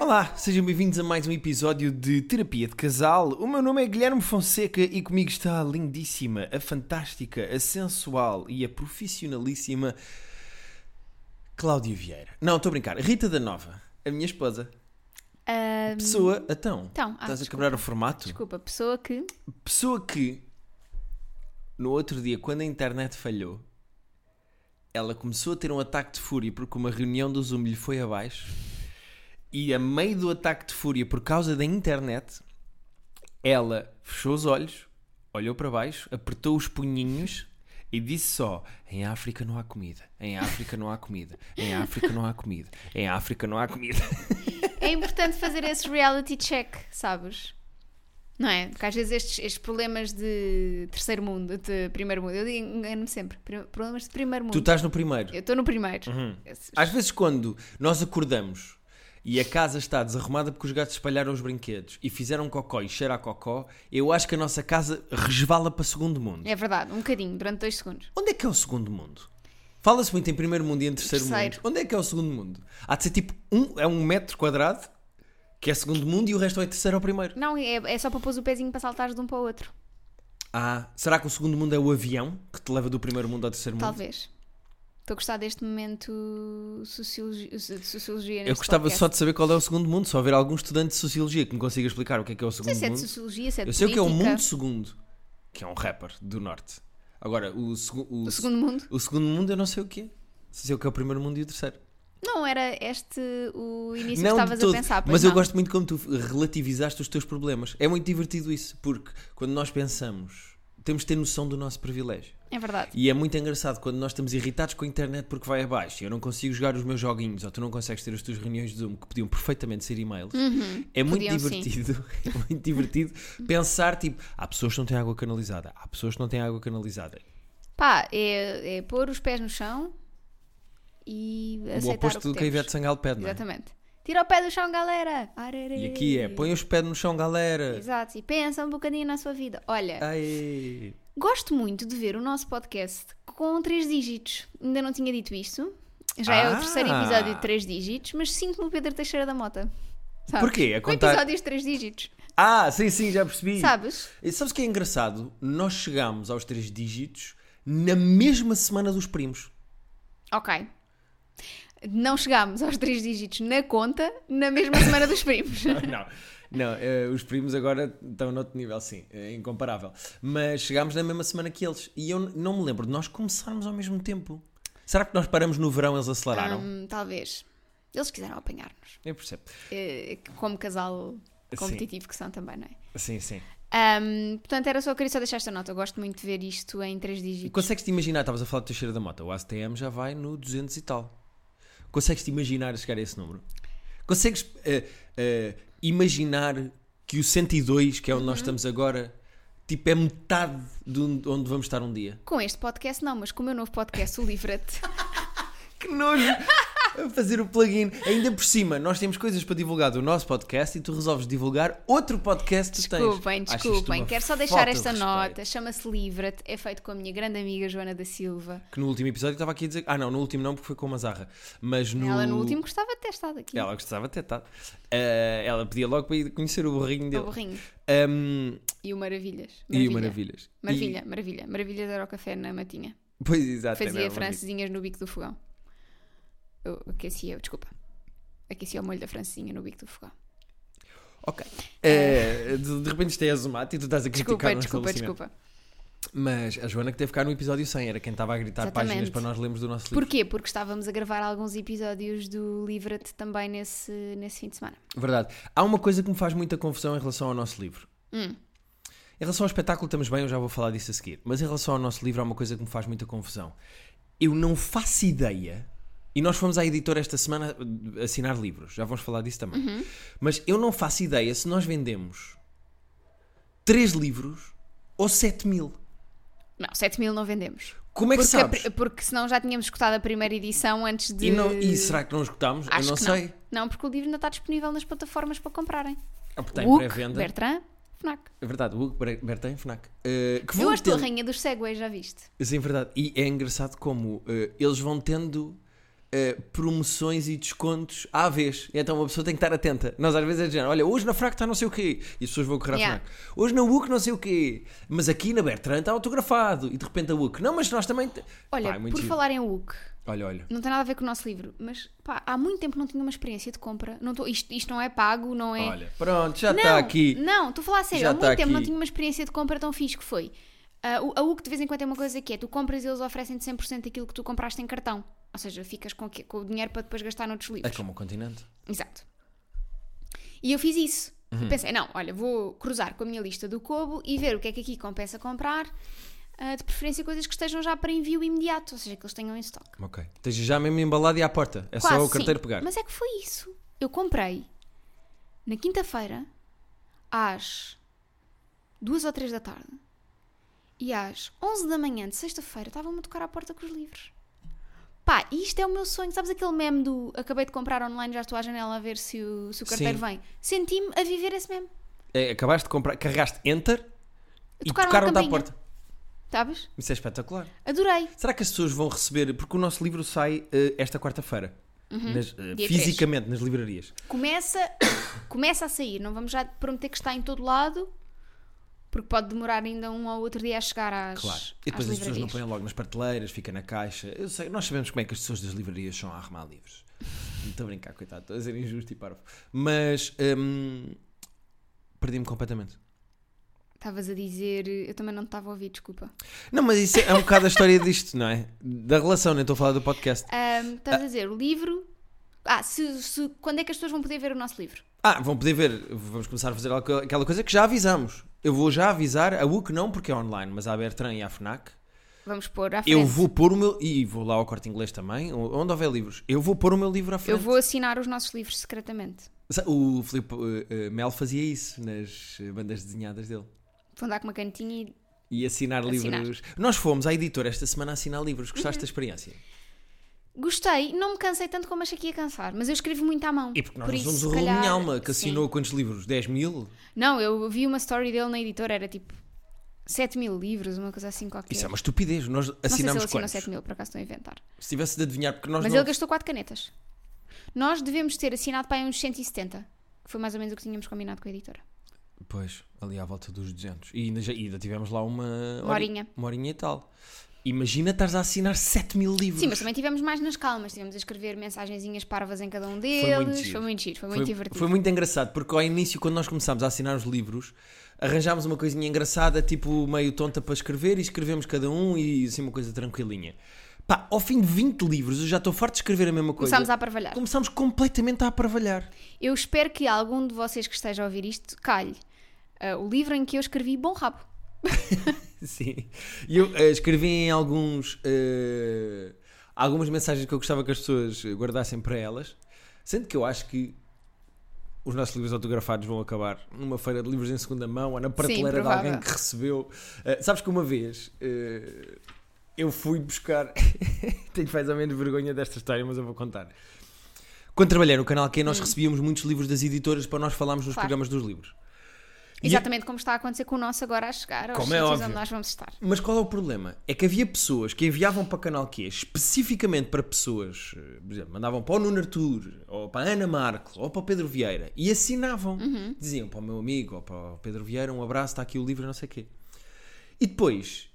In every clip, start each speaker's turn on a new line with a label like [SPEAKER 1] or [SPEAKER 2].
[SPEAKER 1] Olá, sejam bem-vindos a mais um episódio de Terapia de Casal. O meu nome é Guilherme Fonseca e comigo está a lindíssima, a fantástica, a sensual e a profissionalíssima Cláudia Vieira. Não, estou a brincar. Rita da Nova, a minha esposa.
[SPEAKER 2] Ahm,
[SPEAKER 1] Pessoa, então.
[SPEAKER 2] então, ah,
[SPEAKER 1] Estás a
[SPEAKER 2] desculpa,
[SPEAKER 1] quebrar o formato?
[SPEAKER 2] desculpa, pessoa que.
[SPEAKER 1] Pessoa que, no outro dia, quando a internet falhou, ela começou a ter um ataque de fúria porque uma reunião do Zoom lhe foi abaixo. E a meio do ataque de fúria, por causa da internet, ela fechou os olhos, olhou para baixo, apertou os punhinhos e disse só: Em África não há comida, em África não há comida, em África não há comida, em África não há comida.
[SPEAKER 2] É importante fazer esse reality check, sabes? Não é? Porque às vezes estes, estes problemas de terceiro mundo, de primeiro mundo, eu digo- engano-me sempre. Pri- Problemas de primeiro mundo.
[SPEAKER 1] Tu Uhum. estás no primeiro.
[SPEAKER 2] Eu estou no primeiro. Esses-
[SPEAKER 1] Às vezes, quando nós acordamos e a casa está desarrumada porque os gatos espalharam os brinquedos e fizeram cocó e cheira a cocó, eu acho que a nossa casa resvala para o segundo mundo.
[SPEAKER 2] É verdade, um bocadinho, durante dois segundos.
[SPEAKER 1] Onde é que é o segundo mundo? Fala-se muito em primeiro mundo e em terceiro,
[SPEAKER 2] Terceiro.
[SPEAKER 1] mundo. Onde é que é o segundo mundo? Há de ser tipo um, é um metro quadrado que é segundo mundo e o resto é terceiro ou primeiro.
[SPEAKER 2] Não, é, é só para pôr o pezinho para saltares de um para o outro.
[SPEAKER 1] Ah, será que o segundo mundo é o avião que te leva do primeiro mundo ao terceiro mundo?
[SPEAKER 2] Talvez. Estou a gostar deste momento sociologi- de sociologia.
[SPEAKER 1] Eu gostava só de saber qual é o segundo mundo, só haver algum estudante de sociologia que me consiga explicar o que é que é o segundo
[SPEAKER 2] Não sei se é de
[SPEAKER 1] mundo.
[SPEAKER 2] sociologia, se é de
[SPEAKER 1] Eu sei o que é o
[SPEAKER 2] política.
[SPEAKER 1] Mundo Segundo, que é um rapper do Norte. Agora, o, segu- o,
[SPEAKER 2] O segundo mundo?
[SPEAKER 1] o segundo mundo eu não sei o que é. Sei o que é o primeiro mundo e o terceiro.
[SPEAKER 2] Não, era este o início
[SPEAKER 1] não
[SPEAKER 2] é que
[SPEAKER 1] de
[SPEAKER 2] estavas
[SPEAKER 1] todo,
[SPEAKER 2] a pensar. pois
[SPEAKER 1] mas eu
[SPEAKER 2] não.
[SPEAKER 1] gosto muito como tu relativizaste os teus problemas. É muito divertido isso, porque quando nós pensamos, temos de ter noção do nosso privilégio.
[SPEAKER 2] É verdade.
[SPEAKER 1] E é muito engraçado quando nós estamos irritados com a internet porque vai abaixo. Eu não consigo jogar os meus joguinhos, ou tu não consegues ter as tuas reuniões de Zoom que podiam perfeitamente ser e-mails. é muito
[SPEAKER 2] Uhum, podiam, sim.
[SPEAKER 1] divertido. É muito divertido pensar tipo, há pessoas que não têm água canalizada, há pessoas que não têm água canalizada.
[SPEAKER 2] Pá, é, é pôr os pés no chão e
[SPEAKER 1] o
[SPEAKER 2] aceitar
[SPEAKER 1] oposto
[SPEAKER 2] o
[SPEAKER 1] do
[SPEAKER 2] que
[SPEAKER 1] que a
[SPEAKER 2] temos.
[SPEAKER 1] Ivete Sangal pede, não é?
[SPEAKER 2] Exatamente. Tira o pé do chão, galera. Arerê.
[SPEAKER 1] E aqui é, põe os pés no chão, galera.
[SPEAKER 2] Exato, e pensa um bocadinho na sua vida. Olha,
[SPEAKER 1] Ai.
[SPEAKER 2] gosto muito de ver o nosso podcast com três dígitos. Ainda não tinha dito isto. Já é
[SPEAKER 1] Ah!
[SPEAKER 2] o terceiro episódio de três dígitos, mas sinto-me o Pedro Teixeira da Mota. Sabes?
[SPEAKER 1] Porquê? A
[SPEAKER 2] Com
[SPEAKER 1] contar-
[SPEAKER 2] episódios de três dígitos.
[SPEAKER 1] Ah, sim, sim, já percebi.
[SPEAKER 2] Sabes?
[SPEAKER 1] E sabes o que é engraçado? Nós chegámos aos três dígitos na mesma semana dos primos.
[SPEAKER 2] Ok. Não chegámos aos três dígitos na conta na mesma semana dos primos.
[SPEAKER 1] não, não eh, os primos agora estão noutro nível, sim, é incomparável. Mas chegámos na mesma semana que eles e eu n- não me lembro de nós começarmos ao mesmo tempo. Será que nós paramos no verão, eles aceleraram?
[SPEAKER 2] Hum, talvez. Eles quiseram apanhar-nos.
[SPEAKER 1] Eu percebo.
[SPEAKER 2] Eh, Como casal competitivo que são também, não é?
[SPEAKER 1] Sim, sim.
[SPEAKER 2] Hum, portanto, era só, queria só deixar esta nota. Eu gosto muito de ver isto em três
[SPEAKER 1] E
[SPEAKER 2] dígitos.
[SPEAKER 1] consegues-te imaginar, estavas a falar do Teixeira da Mota, o ACTM já vai no 200 e tal. Consegues-te imaginar a chegar a esse número? Consegues eh, eh, imaginar que o 102, que é onde nós estamos agora, tipo é metade de onde onde vamos estar um dia?
[SPEAKER 2] Com este podcast, não, mas com o meu novo podcast, o Livra-te.
[SPEAKER 1] Que nojo! A fazer o plugin. Ainda por cima, nós temos coisas para divulgar do nosso podcast e tu resolves divulgar outro podcast que tens.
[SPEAKER 2] Desculpem,
[SPEAKER 1] Achas-te
[SPEAKER 2] desculpem.
[SPEAKER 1] uma
[SPEAKER 2] Quero só
[SPEAKER 1] falta
[SPEAKER 2] deixar
[SPEAKER 1] de
[SPEAKER 2] esta
[SPEAKER 1] respeito.
[SPEAKER 2] nota. Chama-se Livra-te. É feito com a minha grande amiga Joana da Silva.
[SPEAKER 1] Que no último episódio estava aqui a dizer. Ah, não, no último não, porque foi com uma zarra. Mas no.
[SPEAKER 2] Ela no último gostava de ter estado aqui.
[SPEAKER 1] Ela gostava de ter estado. Ah, ela pedia logo para ir conhecer o borrinho
[SPEAKER 2] O
[SPEAKER 1] dele.
[SPEAKER 2] burrinho.
[SPEAKER 1] Ahm,
[SPEAKER 2] E o Maravilhas.
[SPEAKER 1] e o Maravilhas. E-
[SPEAKER 2] Maravilha, maravilha. Maravilhas era o café na matinha.
[SPEAKER 1] pois, exato. é, não,
[SPEAKER 2] Fazia
[SPEAKER 1] é maravilha.
[SPEAKER 2] francesinhas no bico do fogão. Eu aquecia, desculpa. Aquecia o molho da francesinha no bico do fogão.
[SPEAKER 1] Ok. Ah, de, de repente isto é azumado e tu estás a criticar
[SPEAKER 2] Desculpa,
[SPEAKER 1] um
[SPEAKER 2] desculpa,
[SPEAKER 1] estabelecimento.
[SPEAKER 2] desculpa.
[SPEAKER 1] Mas a Joana que teve cá no episódio 100 era quem estava a gritar páginas
[SPEAKER 2] Exatamente.
[SPEAKER 1] para nós lermos do nosso livro.
[SPEAKER 2] Porquê? Porque estávamos a gravar alguns episódios do Livra-te também nesse, nesse fim de semana.
[SPEAKER 1] Verdade. Há uma coisa que me faz muita confusão em relação ao nosso livro.
[SPEAKER 2] Hum.
[SPEAKER 1] Em relação ao espetáculo estamos bem, eu já vou falar disso a seguir. Mas em relação ao nosso livro há uma coisa que me faz muita confusão. Eu não faço ideia. E nós fomos à editora esta semana uh, assinar livros. Já vamos falar disso também.
[SPEAKER 2] Uhum.
[SPEAKER 1] Mas eu não faço ideia se nós vendemos 3 livros ou 7 mil.
[SPEAKER 2] Não, 7 mil não vendemos.
[SPEAKER 1] Como é que
[SPEAKER 2] porque, a
[SPEAKER 1] sabes?
[SPEAKER 2] pri- porque senão já tínhamos escutado a primeira edição antes de.
[SPEAKER 1] E, não, e será que não escutámos?
[SPEAKER 2] Eh, Acho
[SPEAKER 1] eu não
[SPEAKER 2] que
[SPEAKER 1] sei.
[SPEAKER 2] Não, porque o livro ainda está disponível nas plataformas para comprarem.
[SPEAKER 1] Ah, porque Tem
[SPEAKER 2] Wook,
[SPEAKER 1] pré-venda.
[SPEAKER 2] Bertrand, Fnac.
[SPEAKER 1] É verdade, o Hugo Bertin Fnac. Uh, que
[SPEAKER 2] Eu
[SPEAKER 1] vão
[SPEAKER 2] acho que é a
[SPEAKER 1] ter-
[SPEAKER 2] rainha dos segways, já viste?
[SPEAKER 1] Sim, verdade. E é engraçado como eh, eles vão tendo eh, promoções e descontos à vez. E Então uma pessoa tem que estar atenta. Nós às vezes é dizer, olha, hoje na Fraco está não sei o quê. E as pessoas vão correr
[SPEAKER 2] Yeah.
[SPEAKER 1] a Fraco. Hoje na WUC não sei o quê. Mas aqui na Bertrand está autografado. E de repente a WUC. Não, mas nós também. te-"
[SPEAKER 2] Olha,
[SPEAKER 1] Pá, é muito
[SPEAKER 2] por
[SPEAKER 1] giro.
[SPEAKER 2] falar em Wook,
[SPEAKER 1] Olha, olha.
[SPEAKER 2] não tem nada a ver com o nosso livro, mas pá, há muito tempo não tinha uma experiência de compra. Não tô, isto, isto não é pago, não é.
[SPEAKER 1] Olha. Pronto, já
[SPEAKER 2] não,
[SPEAKER 1] está aqui.
[SPEAKER 2] Não, estou a falar a sério.
[SPEAKER 1] Já
[SPEAKER 2] há muito
[SPEAKER 1] está
[SPEAKER 2] tempo não
[SPEAKER 1] aqui.
[SPEAKER 2] tinha uma experiência de compra tão fixe que foi. Ah, o- a UC de vez em quando é uma coisa que é: tu compras e eles oferecem-te 100% daquilo que tu compraste em cartão. Ou seja, ficas com, que- com o dinheiro para depois gastar noutros
[SPEAKER 1] É
[SPEAKER 2] livros.
[SPEAKER 1] como o continente.
[SPEAKER 2] Exato. E eu fiz isso.
[SPEAKER 1] Uhum.
[SPEAKER 2] Eu pensei, não, olha, vou cruzar com a minha lista do Kobo e ver o que é que aqui compensa comprar. ah, de preferência coisas que estejam já para envio imediato, ou seja, que eles tenham em stock.
[SPEAKER 1] Ok. Esteja já mesmo embalado e à porta. É só
[SPEAKER 2] Quase,
[SPEAKER 1] o carteiro
[SPEAKER 2] sim.
[SPEAKER 1] pegar.
[SPEAKER 2] Mas é que foi isso. Eu comprei na quinta-feira às duas ou três da tarde e às 11 da manhã de sexta-feira estavam-me a tocar à porta com os livros. Pá, e isto é o meu sonho. Sabes aquele meme do acabei de comprar online, já estou à janela a ver se o, se o carteiro
[SPEAKER 1] Sim.
[SPEAKER 2] vem? Senti-me a viver esse meme.
[SPEAKER 1] É, acabaste de comprar, carregaste enter e
[SPEAKER 2] Tocaram a
[SPEAKER 1] tocaram-te à
[SPEAKER 2] campainha.
[SPEAKER 1] porta.
[SPEAKER 2] Sabes?
[SPEAKER 1] Isso é espetacular.
[SPEAKER 2] Adorei.
[SPEAKER 1] Será que as pessoas vão receber? Porque o nosso livro sai eh, esta quarta-feira. Nas, eh,
[SPEAKER 2] Uhum. Dia
[SPEAKER 1] fisicamente, nas livrarias.
[SPEAKER 2] Começa, começa a sair. Não vamos já prometer que está em todo lado, porque pode demorar ainda um ou outro dia a chegar às.
[SPEAKER 1] Claro. E depois
[SPEAKER 2] às
[SPEAKER 1] as pessoas não
[SPEAKER 2] livrarias.
[SPEAKER 1] põem logo nas prateleiras, fica na caixa. Eu sei, nós sabemos como é que as pessoas das livrarias são a arrumar livros. Não Estou a brincar, coitado, estou a ser injusto e parvo. Mas hum, perdi-me completamente.
[SPEAKER 2] Estavas a dizer. Eu também não te estava a ouvir, desculpa.
[SPEAKER 1] Não, mas isso é, é um bocado a história disto, não é? Da relação, nem estou a falar do podcast.
[SPEAKER 2] Ahm, Estavas a dizer o livro. Ah, se, se- quando é que as pessoas vão poder ver o nosso livro?
[SPEAKER 1] Ah, vão poder ver, vamos começar a fazer alco- aquela coisa que já avisamos. Eu vou já avisar, a UC não porque é online, mas à Bertrand e à FNAC.
[SPEAKER 2] Vamos pôr à frente.
[SPEAKER 1] Eu vou pôr o meu. E vou lá ao corte inglês também, o- onde houver livros. Eu vou pôr o meu livro à frente.
[SPEAKER 2] Eu vou assinar os nossos livros secretamente.
[SPEAKER 1] Sa- O Filipe eh, eh, Mel fazia isso nas eh, bandas desenhadas dele.
[SPEAKER 2] Vou andar com uma cantinha e.
[SPEAKER 1] E assinar,
[SPEAKER 2] Assinar. Uhum.
[SPEAKER 1] livros. Nós fomos à editora esta semana a assinar livros. Gostaste da experiência?
[SPEAKER 2] Gostei, não me cansei tanto como achei que ia cansar, mas eu escrevo muito à mão.
[SPEAKER 1] E porque nós
[SPEAKER 2] Por
[SPEAKER 1] não
[SPEAKER 2] isso,
[SPEAKER 1] somos
[SPEAKER 2] se
[SPEAKER 1] o rolo
[SPEAKER 2] calhar-
[SPEAKER 1] minha alma que
[SPEAKER 2] Sim.
[SPEAKER 1] assinou quantos livros? 10 mil?
[SPEAKER 2] Não, eu vi uma story dele na editora, era tipo 7 mil livros, uma coisa assim qualquer.
[SPEAKER 1] Isso é uma estupidez. Nós
[SPEAKER 2] não sei se ele
[SPEAKER 1] assinámos
[SPEAKER 2] assinou
[SPEAKER 1] quantos?
[SPEAKER 2] 7 mil, por acaso estou a inventar.
[SPEAKER 1] Se tivesse de adivinhar, porque nós
[SPEAKER 2] Mas
[SPEAKER 1] não.
[SPEAKER 2] ele gastou 4 canetas. Nós devemos ter assinado para aí uns 170, que foi mais ou menos o que tínhamos combinado com a editora.
[SPEAKER 1] Pois, ali à volta dos 200. E ainda, já- ainda tivemos lá uma.
[SPEAKER 2] Uma
[SPEAKER 1] hori-
[SPEAKER 2] horinha.
[SPEAKER 1] Uma horinha e tal. Imagina estares a assinar 7 mil livros.
[SPEAKER 2] Sim, mas também tivemos mais nas calmas, tivemos a escrever mensagenzinhas parvas em cada um deles.
[SPEAKER 1] muito giro.
[SPEAKER 2] Foi muito giro, foi muito divertido.
[SPEAKER 1] foi muito engraçado, porque ao início, quando nós começámos a assinar os livros, arranjámos uma coisinha engraçada, tipo meio tonta para escrever, e escrevemos cada um e assim uma coisa tranquilinha. Pá, ao fim de 20 livros, eu já estou farto de escrever a mesma coisa.
[SPEAKER 2] Começámos a aparvalhar.
[SPEAKER 1] Começámos completamente a aparvalhar.
[SPEAKER 2] Eu espero que algum de vocês que esteja a ouvir isto calhe ah, o livro em que eu escrevi Bom Rabo.
[SPEAKER 1] Sim. E eu eh, escrevi em alguns. eh, algumas mensagens que eu gostava que as pessoas eh, guardassem para elas, sendo que eu acho que. Os nossos livros autografados vão acabar numa feira de livros em segunda mão ou na prateleira de
[SPEAKER 2] provável.
[SPEAKER 1] alguém que recebeu. Eh, sabes que uma vez eh, eu fui buscar. Tenho mais ou menos vergonha desta história, mas eu vou contar. Quando trabalhei no canal Q, nós recebíamos muitos livros das editoras para nós falarmos nos
[SPEAKER 2] Hum. Claro.
[SPEAKER 1] programas dos livros. E-
[SPEAKER 2] Exatamente como está a acontecer com o nosso agora a chegar aos
[SPEAKER 1] Como é
[SPEAKER 2] sítios
[SPEAKER 1] óbvio.
[SPEAKER 2] onde nós vamos estar.
[SPEAKER 1] Mas qual é o problema? É que havia pessoas que enviavam para o Canal Q especificamente para pessoas, eh, por exemplo, mandavam para o Nuno Artur, ou para a Ana Marco, ou para o Pedro Vieira, e assinavam. Diziam para o meu amigo, ou para o Pedro Vieira, um abraço, está aqui o livro, não sei o quê. E depois,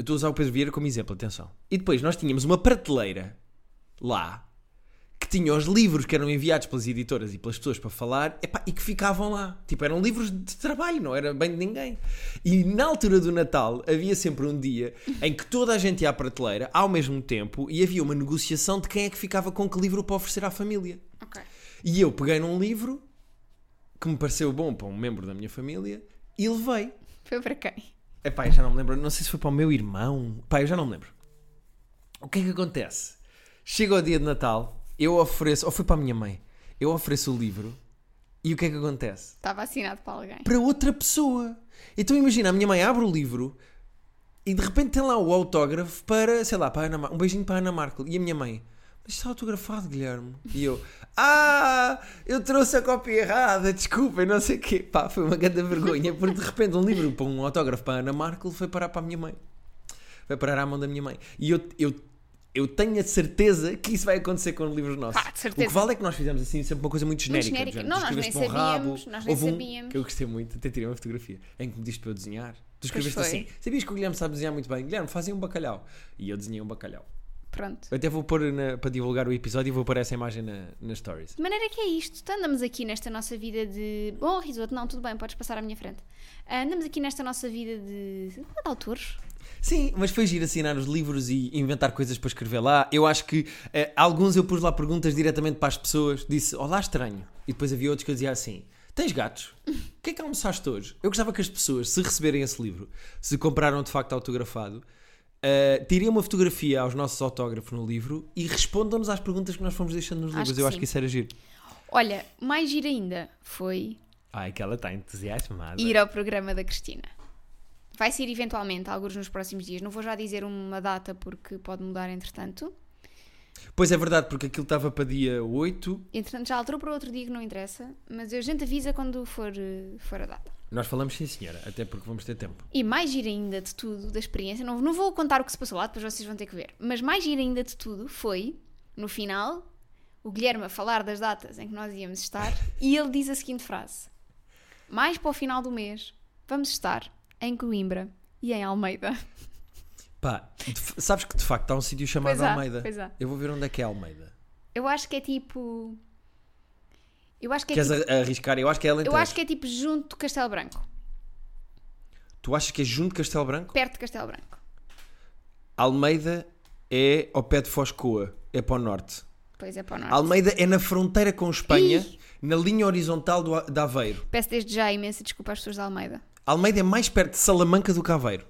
[SPEAKER 1] eu estou a usar o Pedro Vieira como exemplo, atenção. E depois nós tínhamos uma prateleira lá, que tinha os livros que eram enviados pelas editoras e pelas pessoas para falar epá, e que ficavam lá. Tipo, eram livros de trabalho, não era bem de ninguém. E na altura do Natal havia sempre um dia em que toda a gente ia à prateleira ao mesmo tempo e havia uma negociação de quem é que ficava com que livro para oferecer à família.
[SPEAKER 2] Ok.
[SPEAKER 1] E eu peguei num livro que me pareceu bom para um membro da minha família e levei.
[SPEAKER 2] Foi para quem?
[SPEAKER 1] Epá, eu já não me lembro. Não sei se foi para o meu irmão. Pá, eu já não me lembro. O que é que acontece? Chega o dia de Natal, eu ofereço, ou foi para a minha mãe, eu ofereço o livro e o que é que acontece?
[SPEAKER 2] Estava assinado para alguém.
[SPEAKER 1] Para outra pessoa. Então imagina, a minha mãe abre o livro e de repente tem lá o autógrafo para, sei lá, para a Ana Mar- um beijinho para a Ana Markel. E a minha mãe, mas está autografado, Guilherme. E eu, ah, eu trouxe a cópia errada, desculpa, e não sei o quê. Pá, foi uma grande vergonha, porque de repente um livro para um autógrafo para a Ana Markel foi parar para a minha mãe. Foi parar à mão da minha mãe. E eu, eu Eu tenho a certeza que isso vai acontecer com livros nossos.
[SPEAKER 2] Pá, de
[SPEAKER 1] o que
[SPEAKER 2] certeza.
[SPEAKER 1] vale é que nós fizemos assim sempre uma coisa muito genérica.
[SPEAKER 2] genérica.
[SPEAKER 1] do género,
[SPEAKER 2] Não,
[SPEAKER 1] tu
[SPEAKER 2] nós nem
[SPEAKER 1] escreveste para um
[SPEAKER 2] sabíamos,
[SPEAKER 1] rabo,
[SPEAKER 2] nós nem
[SPEAKER 1] houve um
[SPEAKER 2] sabíamos.
[SPEAKER 1] Que eu gostei muito, até tirei uma fotografia em que me diste para eu desenhar. Tu
[SPEAKER 2] Pois
[SPEAKER 1] escreveste
[SPEAKER 2] foi.
[SPEAKER 1] assim: sabias que o Guilherme sabe desenhar muito bem? Guilherme, fazem um bacalhau. E eu desenhei um bacalhau.
[SPEAKER 2] Pronto.
[SPEAKER 1] Eu até vou pôr na- para divulgar o episódio e vou pôr essa imagem na- nas stories.
[SPEAKER 2] De maneira que é isto. Então andamos aqui nesta nossa vida de. Bom, risoto, não, tudo bem, podes passar à minha frente. Ah, Andamos aqui nesta nossa vida de. de autores.
[SPEAKER 1] Sim, mas foi giro assinar os livros e inventar coisas para escrever lá. Eu acho que eh, alguns eu pus lá perguntas diretamente para as pessoas. Disse, olá estranho. E depois havia outros que eu dizia assim, tens gatos? O que é que almoçaste hoje? Eu gostava que as pessoas, se receberem esse livro, se compraram de facto autografado, eh, tirem uma fotografia aos nossos autógrafos no livro e respondam-nos às perguntas que nós fomos deixando nos
[SPEAKER 2] Acho
[SPEAKER 1] livros.
[SPEAKER 2] que
[SPEAKER 1] eu acho
[SPEAKER 2] sim.
[SPEAKER 1] que isso era giro.
[SPEAKER 2] Olha, mais gira ainda foi
[SPEAKER 1] Ai, que ela está entusiasmada.
[SPEAKER 2] ir ao programa da Cristina. Vai ser eventualmente, alguns nos próximos dias. Não vou já dizer uma data porque pode mudar entretanto.
[SPEAKER 1] Pois é verdade, porque aquilo estava para dia 8,
[SPEAKER 2] Entretanto, já alterou para outro dia que não interessa, mas a gente avisa quando for, eh, for a data.
[SPEAKER 1] Nós falamos sim, senhora, até porque vamos ter tempo.
[SPEAKER 2] E mais gira ainda de tudo, da experiência, não, não vou contar o que se passou lá, depois vocês vão ter que ver, mas mais gira ainda de tudo foi, no final, o Guilherme a falar das datas em que nós íamos estar e ele diz a seguinte frase: Mais para o final do mês, vamos estar em Coimbra e em Almeida.
[SPEAKER 1] Pá, de f- sabes que de facto há um sítio chamado
[SPEAKER 2] Pois há,
[SPEAKER 1] Almeida.
[SPEAKER 2] pois há.
[SPEAKER 1] Eu vou ver onde é que é Almeida.
[SPEAKER 2] Eu acho que é tipo. Eu acho que é,
[SPEAKER 1] Queres
[SPEAKER 2] tipo,
[SPEAKER 1] a- arriscar? Eu acho que é Alentejo.
[SPEAKER 2] eu acho que é tipo junto do Castelo Branco,
[SPEAKER 1] Tu achas que é junto de Castelo Branco?
[SPEAKER 2] perto de Castelo Branco.
[SPEAKER 1] Almeida é ao pé de Foscoa, é para o norte.
[SPEAKER 2] Pois é, para o norte.
[SPEAKER 1] Almeida é na fronteira com Espanha,
[SPEAKER 2] Ih!
[SPEAKER 1] na linha horizontal do, A- de Aveiro.
[SPEAKER 2] Peço desde já imensa desculpa às pessoas de Almeida.
[SPEAKER 1] Almeida é mais perto de Salamanca do que Aveiro.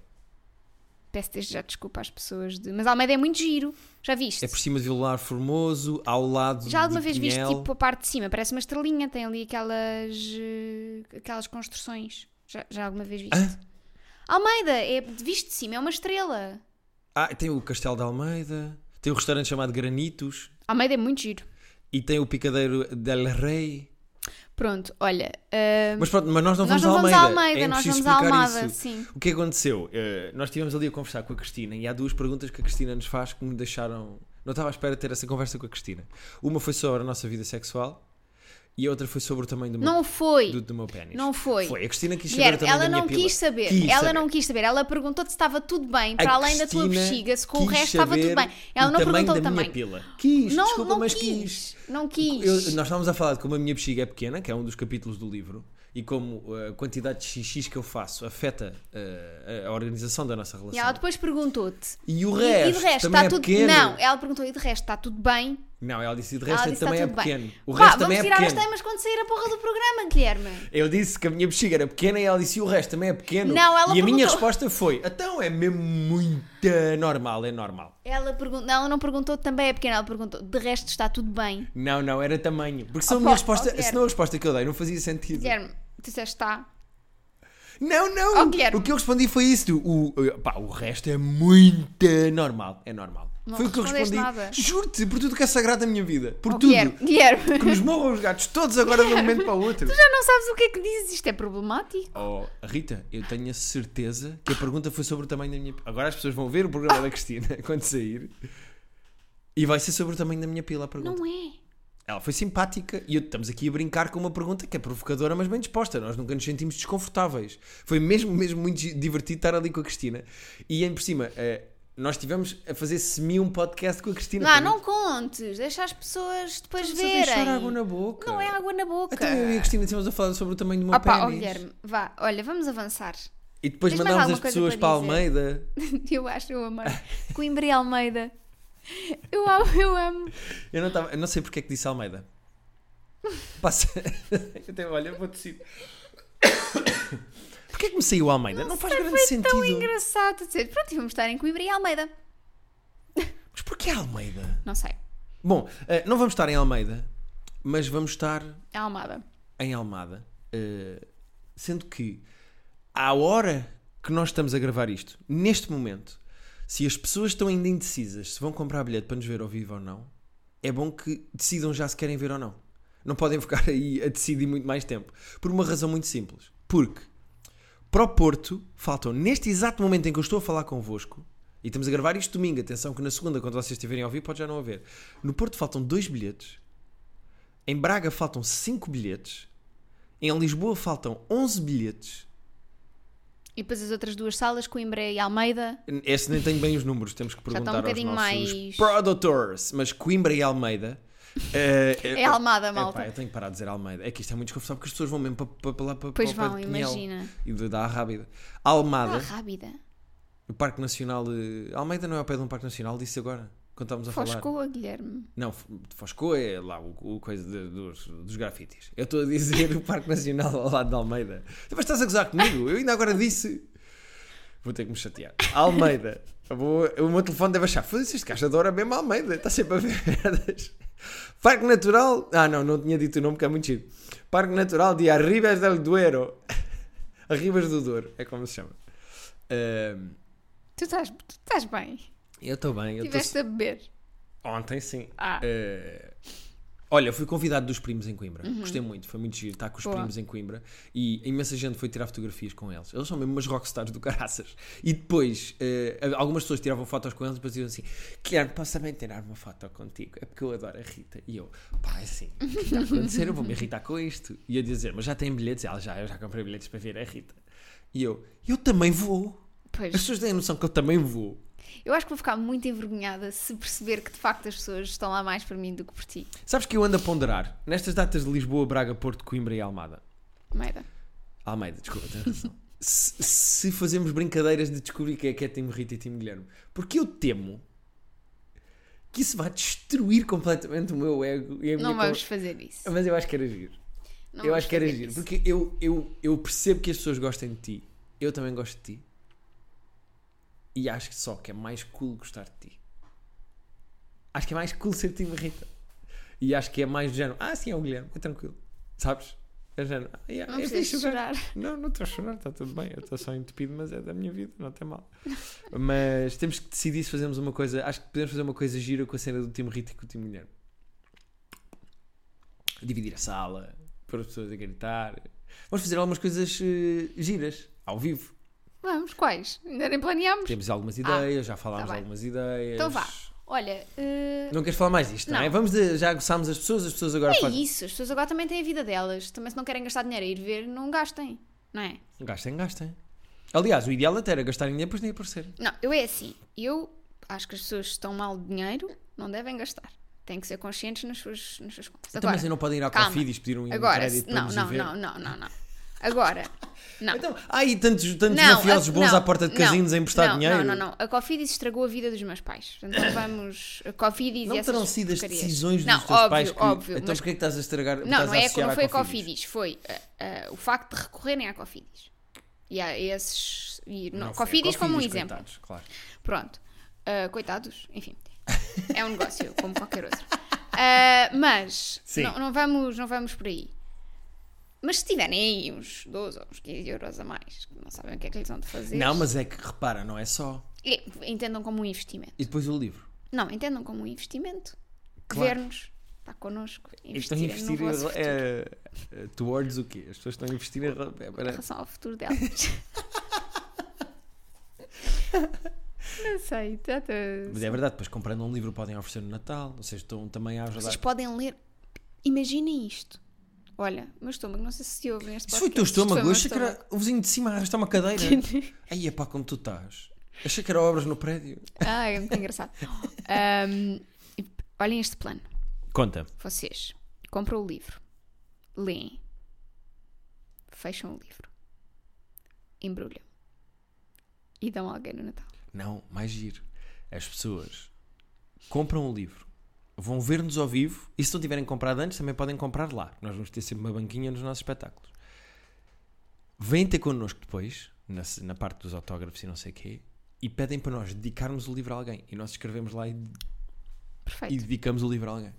[SPEAKER 2] Peço desde já desculpa às pessoas de. Mas Almeida é muito giro. Já viste?
[SPEAKER 1] É por cima de Vilar Formoso, ao lado
[SPEAKER 2] Já alguma
[SPEAKER 1] de
[SPEAKER 2] vez viste
[SPEAKER 1] Pinhel.
[SPEAKER 2] tipo a parte de cima? Parece uma estrelinha, tem ali aquelas. eh, aquelas construções. Já, já alguma vez viste?
[SPEAKER 1] Hã?
[SPEAKER 2] Almeida, é visto de cima, é uma estrela.
[SPEAKER 1] Ah, tem o Castelo de Almeida, tem um restaurante chamado Granitos
[SPEAKER 2] Almeida é muito giro.
[SPEAKER 1] e tem o Picadeiro del Rei.
[SPEAKER 2] Pronto, olha. eh,
[SPEAKER 1] Mas pronto, mas nós não
[SPEAKER 2] nós
[SPEAKER 1] vamos,
[SPEAKER 2] não vamos
[SPEAKER 1] a
[SPEAKER 2] a
[SPEAKER 1] Almeida.
[SPEAKER 2] Almeida,
[SPEAKER 1] é
[SPEAKER 2] nós
[SPEAKER 1] preciso
[SPEAKER 2] vamos a
[SPEAKER 1] explicar
[SPEAKER 2] Almada,
[SPEAKER 1] isso.
[SPEAKER 2] sim.
[SPEAKER 1] O que aconteceu? Eh, nós estivemos ali a conversar com a Cristina e há duas perguntas que a Cristina nos faz que me deixaram. Não estava à espera de ter essa conversa com a Cristina. Uma foi sobre a nossa vida sexual e a outra foi sobre o tamanho do meu,
[SPEAKER 2] não foi.
[SPEAKER 1] do, do meu pênis.
[SPEAKER 2] Não foi.
[SPEAKER 1] Foi. A Cristina quis saber o
[SPEAKER 2] Guilherme,
[SPEAKER 1] tamanho
[SPEAKER 2] ela
[SPEAKER 1] da minha
[SPEAKER 2] não
[SPEAKER 1] pila.
[SPEAKER 2] quis saber.
[SPEAKER 1] Quis
[SPEAKER 2] ela
[SPEAKER 1] saber.
[SPEAKER 2] não quis saber. Ela perguntou-te se estava tudo bem,
[SPEAKER 1] A
[SPEAKER 2] para além da tua
[SPEAKER 1] Cristina
[SPEAKER 2] bexiga, se com o
[SPEAKER 1] quis
[SPEAKER 2] resto estava tudo
[SPEAKER 1] saber
[SPEAKER 2] bem. Ela
[SPEAKER 1] o
[SPEAKER 2] não
[SPEAKER 1] tamanho
[SPEAKER 2] perguntou o
[SPEAKER 1] da minha
[SPEAKER 2] tamanho.
[SPEAKER 1] pila. Quis,
[SPEAKER 2] Não,
[SPEAKER 1] desculpa,
[SPEAKER 2] não
[SPEAKER 1] mas
[SPEAKER 2] quis. Não quis.
[SPEAKER 1] Eu- nós estávamos a falar de como a minha bexiga é pequena, que é um dos capítulos do livro, e como eh, a quantidade de xixis que eu faço afeta eh, a organização da nossa relação.
[SPEAKER 2] E ela depois perguntudo-te.
[SPEAKER 1] E o
[SPEAKER 2] E-
[SPEAKER 1] resto,
[SPEAKER 2] e de resto
[SPEAKER 1] também
[SPEAKER 2] está
[SPEAKER 1] é
[SPEAKER 2] tudo.
[SPEAKER 1] pequeno.
[SPEAKER 2] Não, ela perguntou, e de resto está tudo bem.
[SPEAKER 1] Não, ela disse, e de
[SPEAKER 2] Ela
[SPEAKER 1] resto
[SPEAKER 2] disse,
[SPEAKER 1] também é
[SPEAKER 2] está tudo bem.
[SPEAKER 1] pequeno. O
[SPEAKER 2] Pá,
[SPEAKER 1] resto
[SPEAKER 2] vamos
[SPEAKER 1] também é
[SPEAKER 2] tirar os
[SPEAKER 1] pequeno.
[SPEAKER 2] temas quando sair a porra do programa, Guilherme.
[SPEAKER 1] Eu disse que a minha bexiga era pequena e ela disse, e o resto também é pequeno.
[SPEAKER 2] Não,
[SPEAKER 1] e
[SPEAKER 2] ela
[SPEAKER 1] a minha
[SPEAKER 2] perguntou-
[SPEAKER 1] resposta foi, então é mesmo muito normal, é normal.
[SPEAKER 2] Ela, pergun- não, ela não perguntou também é pequena, ela perguntou, de resto está tudo bem.
[SPEAKER 1] Não, não, era tamanho. Porque se
[SPEAKER 2] Oh,
[SPEAKER 1] a minha
[SPEAKER 2] pá,
[SPEAKER 1] resposta,
[SPEAKER 2] oh, Guilherme.
[SPEAKER 1] senão a resposta que eu dei não fazia sentido.
[SPEAKER 2] Guilherme, tu disseste está.
[SPEAKER 1] Não, não!
[SPEAKER 2] Oh, Guilherme.
[SPEAKER 1] o que eu respondi foi isso. O, o- pá, o resto é muito normal. É normal.
[SPEAKER 2] Não
[SPEAKER 1] foi o que eu
[SPEAKER 2] respondeste
[SPEAKER 1] respondi.
[SPEAKER 2] nada.
[SPEAKER 1] Juro-te, por tudo que é sagrado da minha vida. Por
[SPEAKER 2] Oh,
[SPEAKER 1] tudo.
[SPEAKER 2] Guilherme, Guilherme,
[SPEAKER 1] Que nos morram os gatos todos agora de um momento para o outro.
[SPEAKER 2] tu já não sabes o que é que dizes, isto é problemático.
[SPEAKER 1] Oh, Rita, eu tenho a certeza que a pergunta foi sobre o tamanho da minha pila. Agora as pessoas vão ver o programa da Cristina quando sair. E vai ser sobre o tamanho da minha pila a pergunta.
[SPEAKER 2] Não é.
[SPEAKER 1] Ela foi simpática e eu- estamos aqui a brincar com uma pergunta que é provocadora, mas bem disposta. Nós nunca nos sentimos desconfortáveis. Foi mesmo, mesmo muito gi- divertido estar ali com a Cristina. E em por cima, eh, nós estivemos a fazer semi um podcast com a Cristina.
[SPEAKER 2] Não,
[SPEAKER 1] Foi muito-
[SPEAKER 2] não contes, deixa as pessoas depois
[SPEAKER 1] Estamos a
[SPEAKER 2] verem.
[SPEAKER 1] deixar água na boca.
[SPEAKER 2] Não é água na boca.
[SPEAKER 1] Até eu e a Cristina estivemos a falar sobre o tamanho do meu
[SPEAKER 2] Ah pá, ó
[SPEAKER 1] pênis.
[SPEAKER 2] Guilherme, vá, olha, vamos avançar.
[SPEAKER 1] e depois
[SPEAKER 2] Tens mais
[SPEAKER 1] mandámos
[SPEAKER 2] alguma
[SPEAKER 1] as
[SPEAKER 2] coisa
[SPEAKER 1] pessoas
[SPEAKER 2] para
[SPEAKER 1] para a
[SPEAKER 2] dizer?
[SPEAKER 1] Almeida.
[SPEAKER 2] Eu acho, eu amei. Coimbra e Almeida. Eu amo, eu amo.
[SPEAKER 1] Eu não, tava, eu não sei porque é que disse Almeida. Passa. Eu até, olha, vou tossir. Porquê é que me saiu Almeida? Não, faz grande sentido.
[SPEAKER 2] Tão engraçado dizer. Pronto, e vamos estar em Coimbra e Almeida.
[SPEAKER 1] Mas porquê Almeida?
[SPEAKER 2] Não sei.
[SPEAKER 1] Bom, eh, não vamos estar em Almeida, mas vamos estar
[SPEAKER 2] É Almada.
[SPEAKER 1] em Almada. Eh, sendo que, à hora que nós estamos a gravar isto, neste momento, se as pessoas estão ainda indecisas se vão comprar bilhete para nos ver ao vivo ou não, é bom que decidam já se querem ver ou não. Não podem ficar aí a decidir muito mais tempo. Por uma razão muito simples. Porque para o Porto faltam, neste exato momento em que eu estou a falar convosco, e E estamos a gravar isto domingo. Atenção que na segunda, quando vocês estiverem a ouvir, pode já não haver. No Porto faltam dois bilhetes. Em Braga faltam cinco bilhetes. Em Lisboa faltam 11 bilhetes.
[SPEAKER 2] E depois as outras duas salas, Coimbra e Almeida.
[SPEAKER 1] Esse nem tenho bem os números, temos que
[SPEAKER 2] está um
[SPEAKER 1] perguntar aos
[SPEAKER 2] bocadinho
[SPEAKER 1] nossos
[SPEAKER 2] mais-
[SPEAKER 1] produtors. Mas Coimbra e Almeida. eh, eh,
[SPEAKER 2] É Almada, malta.
[SPEAKER 1] Epá, eu tenho que parar de dizer Almeida. É que isto é muito desconfortável porque as pessoas vão mesmo para, para, para lá para
[SPEAKER 2] Pois
[SPEAKER 1] para o pé
[SPEAKER 2] vão,
[SPEAKER 1] de Pinhel
[SPEAKER 2] imagina.
[SPEAKER 1] E de- da Rábida.
[SPEAKER 2] Ah,
[SPEAKER 1] Almada,
[SPEAKER 2] rápida.
[SPEAKER 1] o Parque Nacional. eh, Almeida não é ao pé de um Parque Nacional, disse agora, quando estávamos a falar.
[SPEAKER 2] Foscoa, Guilherme.
[SPEAKER 1] Não, F- Foscou é lá o, o coisa de- dos, dos grafites. Eu estou a dizer o Parque Nacional ao lado de Almeida. Tu mas estás a gozar comigo? Eu ainda agora disse. Vou ter que me chatear. Almeida. Eu vou- o meu telefone deve achar. Foda-se, este gajo adora mesmo Almeida. Está sempre a ver merdas. Parque Natural. Ah, não, não tinha dito o nome, que é muito giro. Parque Natural de Arribas del Duero. Arribas do Douro, é como se chama. Ahm,
[SPEAKER 2] Tu estás, tu estás bem.
[SPEAKER 1] eu estou bem. Eu estou
[SPEAKER 2] Estiveste a beber.
[SPEAKER 1] Ontem sim.
[SPEAKER 2] Ah.
[SPEAKER 1] Eh, olha, fui convidado dos primos em Coimbra. Gostei muito, foi muito giro estar com os
[SPEAKER 2] Boa.
[SPEAKER 1] primos em Coimbra e imensa gente foi tirar fotografias com eles. Eles são mesmo umas rockstars do caraças. E depois, eh, algumas pessoas tiravam fotos com eles e depois diziam assim: Guilherme, posso também tirar uma foto contigo? É porque eu adoro a Rita. E eu, pá, é assim, o que está a acontecer? Eu vou me irritar com isto. E eu dizer: Mas já tem bilhetes? Ela já, eu já comprei bilhetes para ver a Rita. E eu, eu também vou.
[SPEAKER 2] Pois.
[SPEAKER 1] As pessoas têm a noção que eu também vou.
[SPEAKER 2] Eu acho que vou ficar muito envergonhada se perceber que de facto as pessoas estão lá mais por mim do que por ti.
[SPEAKER 1] Sabes que eu ando a ponderar nestas datas de Lisboa, Braga, Porto, Coimbra e Almada.
[SPEAKER 2] Merda.
[SPEAKER 1] Almeida, Ah, desculpa, tens razão. se, se fazemos brincadeiras de descobrir quem é que é Tim Rita e Tim Guilherme, porque eu temo que isso vá destruir completamente o meu ego e a minha
[SPEAKER 2] Não
[SPEAKER 1] con-
[SPEAKER 2] vamos fazer isso.
[SPEAKER 1] Mas eu acho que era giro.
[SPEAKER 2] Não
[SPEAKER 1] eu
[SPEAKER 2] vamos
[SPEAKER 1] acho que era
[SPEAKER 2] fazer
[SPEAKER 1] giro,
[SPEAKER 2] isso.
[SPEAKER 1] porque eu, eu, eu percebo que as pessoas gostem de ti, eu também gosto de ti, e acho que só que é mais cool gostar de ti. Acho que é mais cool ser Tim Rita. E acho que é mais do género, ah, sim, é o Guilherme, é tranquilo. Sabes? É do género, ah, yeah,
[SPEAKER 2] Não
[SPEAKER 1] é
[SPEAKER 2] precisas
[SPEAKER 1] fixe,
[SPEAKER 2] chorar.
[SPEAKER 1] não, não estou a chorar, está tudo bem. Eu estou só entupido, mas é da minha vida, não tem mal. Mas temos que decidir se fazemos uma coisa. Acho que podemos fazer uma coisa gira com a cena do time Rita e com o time Guilherme. Dividir a sala, pôr as pessoas a gritar. Vamos fazer algumas coisas eh, giras, ao vivo.
[SPEAKER 2] Vamos, quais? Ainda nem planeámos.
[SPEAKER 1] Temos algumas ideias, já falámos
[SPEAKER 2] tá bem.
[SPEAKER 1] algumas ideias.
[SPEAKER 2] Então vá. Olha, eh,
[SPEAKER 1] Não queres falar mais disto, não,
[SPEAKER 2] Não.
[SPEAKER 1] é? Vamos de- já aguçámos as pessoas, as pessoas agora
[SPEAKER 2] é
[SPEAKER 1] fazem.
[SPEAKER 2] isso. As pessoas agora também têm a vida delas. Também se não querem gastar dinheiro a ir ver, não gastem. Não é?
[SPEAKER 1] Gastem, gastem. Aliás, o ideal até era gastarem dinheiro, depois nem aparecer.
[SPEAKER 2] Não, eu é assim. Eu acho que as pessoas que estão mal de dinheiro não devem gastar. Têm que ser conscientes nas suas, nas suas compras.
[SPEAKER 1] Então, mas eu não podem ir ao
[SPEAKER 2] calma.
[SPEAKER 1] Confidis pedir um
[SPEAKER 2] agora, se-
[SPEAKER 1] crédito para
[SPEAKER 2] não,
[SPEAKER 1] nos ir
[SPEAKER 2] não,
[SPEAKER 1] ver?
[SPEAKER 2] não, não, não, não. Agora, não.
[SPEAKER 1] Então, há aí tantos, tantos
[SPEAKER 2] Não,
[SPEAKER 1] mafiosos
[SPEAKER 2] a-
[SPEAKER 1] bons
[SPEAKER 2] não,
[SPEAKER 1] à porta de
[SPEAKER 2] não,
[SPEAKER 1] casinos a emprestar
[SPEAKER 2] não,
[SPEAKER 1] dinheiro.
[SPEAKER 2] Não, não, não. A Cofidis estragou a vida dos meus pais. Portanto, não vamos. A Cofidis
[SPEAKER 1] Não
[SPEAKER 2] e essas
[SPEAKER 1] terão sido as
[SPEAKER 2] porcarias.
[SPEAKER 1] decisões
[SPEAKER 2] não,
[SPEAKER 1] dos teus
[SPEAKER 2] óbvio,
[SPEAKER 1] pais que...
[SPEAKER 2] Óbvio,
[SPEAKER 1] então
[SPEAKER 2] mas
[SPEAKER 1] porquê é que estás a estragar
[SPEAKER 2] não,
[SPEAKER 1] estás
[SPEAKER 2] não,
[SPEAKER 1] a
[SPEAKER 2] é,
[SPEAKER 1] associar
[SPEAKER 2] não
[SPEAKER 1] à
[SPEAKER 2] foi a
[SPEAKER 1] Cofidis?
[SPEAKER 2] Cofidis, foi ah, ah, o facto de recorrerem à Cofidis. E a esses. E, não,
[SPEAKER 1] Não, foi a
[SPEAKER 2] Cofidis, como um exemplo.
[SPEAKER 1] coitados, claro.
[SPEAKER 2] Pronto. Ah, coitados, enfim. É um negócio, como qualquer outro. Ah, mas
[SPEAKER 1] Sim.
[SPEAKER 2] não, não vamos, não vamos por aí. Mas se tiverem aí uns 12 ou uns 15 euros a mais, que não sabem o que é que lhes vão de fazer.
[SPEAKER 1] Não, mas é que repara, não é só.
[SPEAKER 2] É, entendam como um investimento.
[SPEAKER 1] E depois o livro.
[SPEAKER 2] Não, entendam como um investimento.
[SPEAKER 1] Claro.
[SPEAKER 2] Governos, está connosco.
[SPEAKER 1] Estão
[SPEAKER 2] Investir,
[SPEAKER 1] a
[SPEAKER 2] no
[SPEAKER 1] investir
[SPEAKER 2] vosso
[SPEAKER 1] em- é, é, towards o quê? As pessoas estão a investir em. é,
[SPEAKER 2] em
[SPEAKER 1] para-
[SPEAKER 2] relação ao futuro delas. não sei, tata.
[SPEAKER 1] Mas é verdade, depois comprando um livro podem oferecer no Natal, ou seja, estão também a ajudar.
[SPEAKER 2] Vocês podem ler. Imaginem isto. Olha, meu estômago, não sei se se ouve neste
[SPEAKER 1] Isso foi o teu
[SPEAKER 2] podcast. Isto
[SPEAKER 1] estômago, é
[SPEAKER 2] meu
[SPEAKER 1] eu achei que era o vizinho de cima a arrastar uma cadeira. Aí é pá, como tu estás. Achei que era obras no prédio.
[SPEAKER 2] Ah, é muito engraçado. Ahm, e olhem este plano.
[SPEAKER 1] Conta.
[SPEAKER 2] Vocês compram o livro, leem, fecham o livro, embrulham e dão a alguém no Natal.
[SPEAKER 1] Não, mais giro. As pessoas compram o livro, vão ver-nos ao vivo e se não tiverem comprado antes também podem comprar lá. Nós vamos ter sempre uma banquinha nos nossos espetáculos. Vêm ter connosco depois, na, se- na parte dos autógrafos e não sei o quê, e pedem para nós dedicarmos o livro a alguém. E nós escrevemos lá e, e
[SPEAKER 2] Perfeito.
[SPEAKER 1] dedicamos o livro a alguém.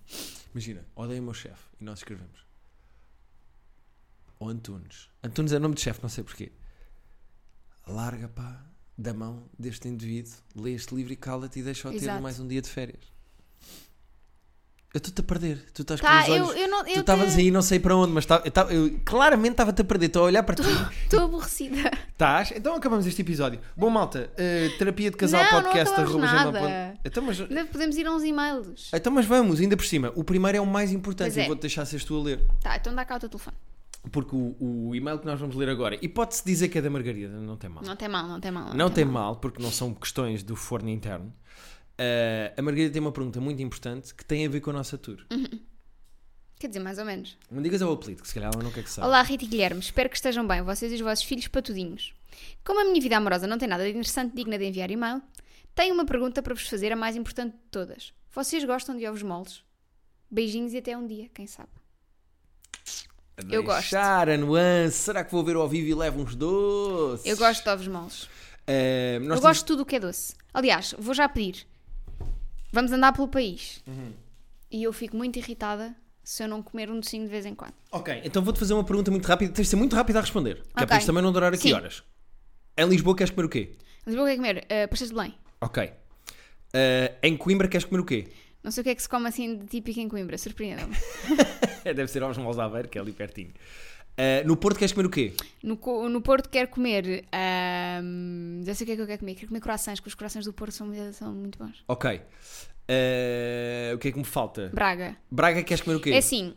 [SPEAKER 1] Imagina, odeio o meu chefe e nós escrevemos. O Antunes. Antunes é nome de chefe, não sei porquê. Larga, pá, da mão um deste indivíduo, lê este livro e cala-te e deixa-o ter
[SPEAKER 2] Exato.
[SPEAKER 1] mais um dia de férias. Eu estou-te a perder. Tu estás
[SPEAKER 2] Tá,
[SPEAKER 1] com os
[SPEAKER 2] eu-
[SPEAKER 1] olhos.
[SPEAKER 2] eu não- eu
[SPEAKER 1] tu estavas
[SPEAKER 2] te-
[SPEAKER 1] aí não sei para onde, mas tá- eu, tava- eu claramente estava-te a perder. Estou a olhar para ti.
[SPEAKER 2] Estou aborrecida.
[SPEAKER 1] Estás? Então acabamos este episódio. Bom, malta, eh, terapia de casal
[SPEAKER 2] Não, não
[SPEAKER 1] podcast
[SPEAKER 2] acabamos
[SPEAKER 1] arroba
[SPEAKER 2] nada.
[SPEAKER 1] gmail.com. Então, mas,
[SPEAKER 2] Ainda podemos ir a uns e-mails.
[SPEAKER 1] então, mas vamos, ainda por cima. O primeiro é o mais importante.
[SPEAKER 2] Pois
[SPEAKER 1] e
[SPEAKER 2] é.
[SPEAKER 1] vou-te deixar seres tu a ler.
[SPEAKER 2] Tá, então dá cá o teu telefone.
[SPEAKER 1] Porque o, o e-mail que nós vamos ler agora, e pode-se dizer que é da Margarida, não tem mal.
[SPEAKER 2] Não tem mal, não tem mal.
[SPEAKER 1] Não tem mal, porque não são questões do forno interno. Eh, a Margarida tem uma pergunta muito importante que tem a ver com a nossa tour.
[SPEAKER 2] Quer dizer, mais ou menos.
[SPEAKER 1] Não digas ao apelido, que se calhar ela não quer que saiba.
[SPEAKER 2] Olá, Rita e Guilherme. Espero que estejam bem, vocês e os vossos filhos patudinhos. Como a minha vida amorosa não tem nada de interessante digna de enviar e-mail, tenho uma pergunta para vos fazer, a mais importante de todas. Vocês gostam de ovos moles? Beijinhos e até um dia, quem sabe. eu gosto.
[SPEAKER 1] Deixar a nuance. Será que vou ver ao vivo e levo uns doces?
[SPEAKER 2] Eu gosto de ovos moles.
[SPEAKER 1] Eh, nós
[SPEAKER 2] Eu gosto de tudo o que é doce. Aliás, vou já pedir. Vamos andar pelo país.
[SPEAKER 1] Uhum.
[SPEAKER 2] E eu fico muito irritada se eu não comer um docinho de vez em quando.
[SPEAKER 1] Ok, então vou-te fazer uma pergunta muito rápida. Tens de ser muito rápida a responder. Que é
[SPEAKER 2] Ok.
[SPEAKER 1] para isto também não durar aqui
[SPEAKER 2] Sim.
[SPEAKER 1] horas. Em Lisboa queres comer o quê?
[SPEAKER 2] Mas vou comer uh, pastéis de Belém.
[SPEAKER 1] Ok. Eh, em Coimbra queres comer o quê?
[SPEAKER 2] Não sei o que é que se come assim de típico em Coimbra. Surpreenda-me.
[SPEAKER 1] Deve ser aos Mols Aveiro, que é ali pertinho. Eh, no Porto queres comer o quê?
[SPEAKER 2] No, Co- no Porto quero comer. ahm, já sei o que é que eu quero comer. Quero comer croissants, porque os croissants do Porto são, muito- são muito bons.
[SPEAKER 1] Ok. Eh, o que é que me falta?
[SPEAKER 2] Braga.
[SPEAKER 1] Braga queres comer o quê?
[SPEAKER 2] É assim.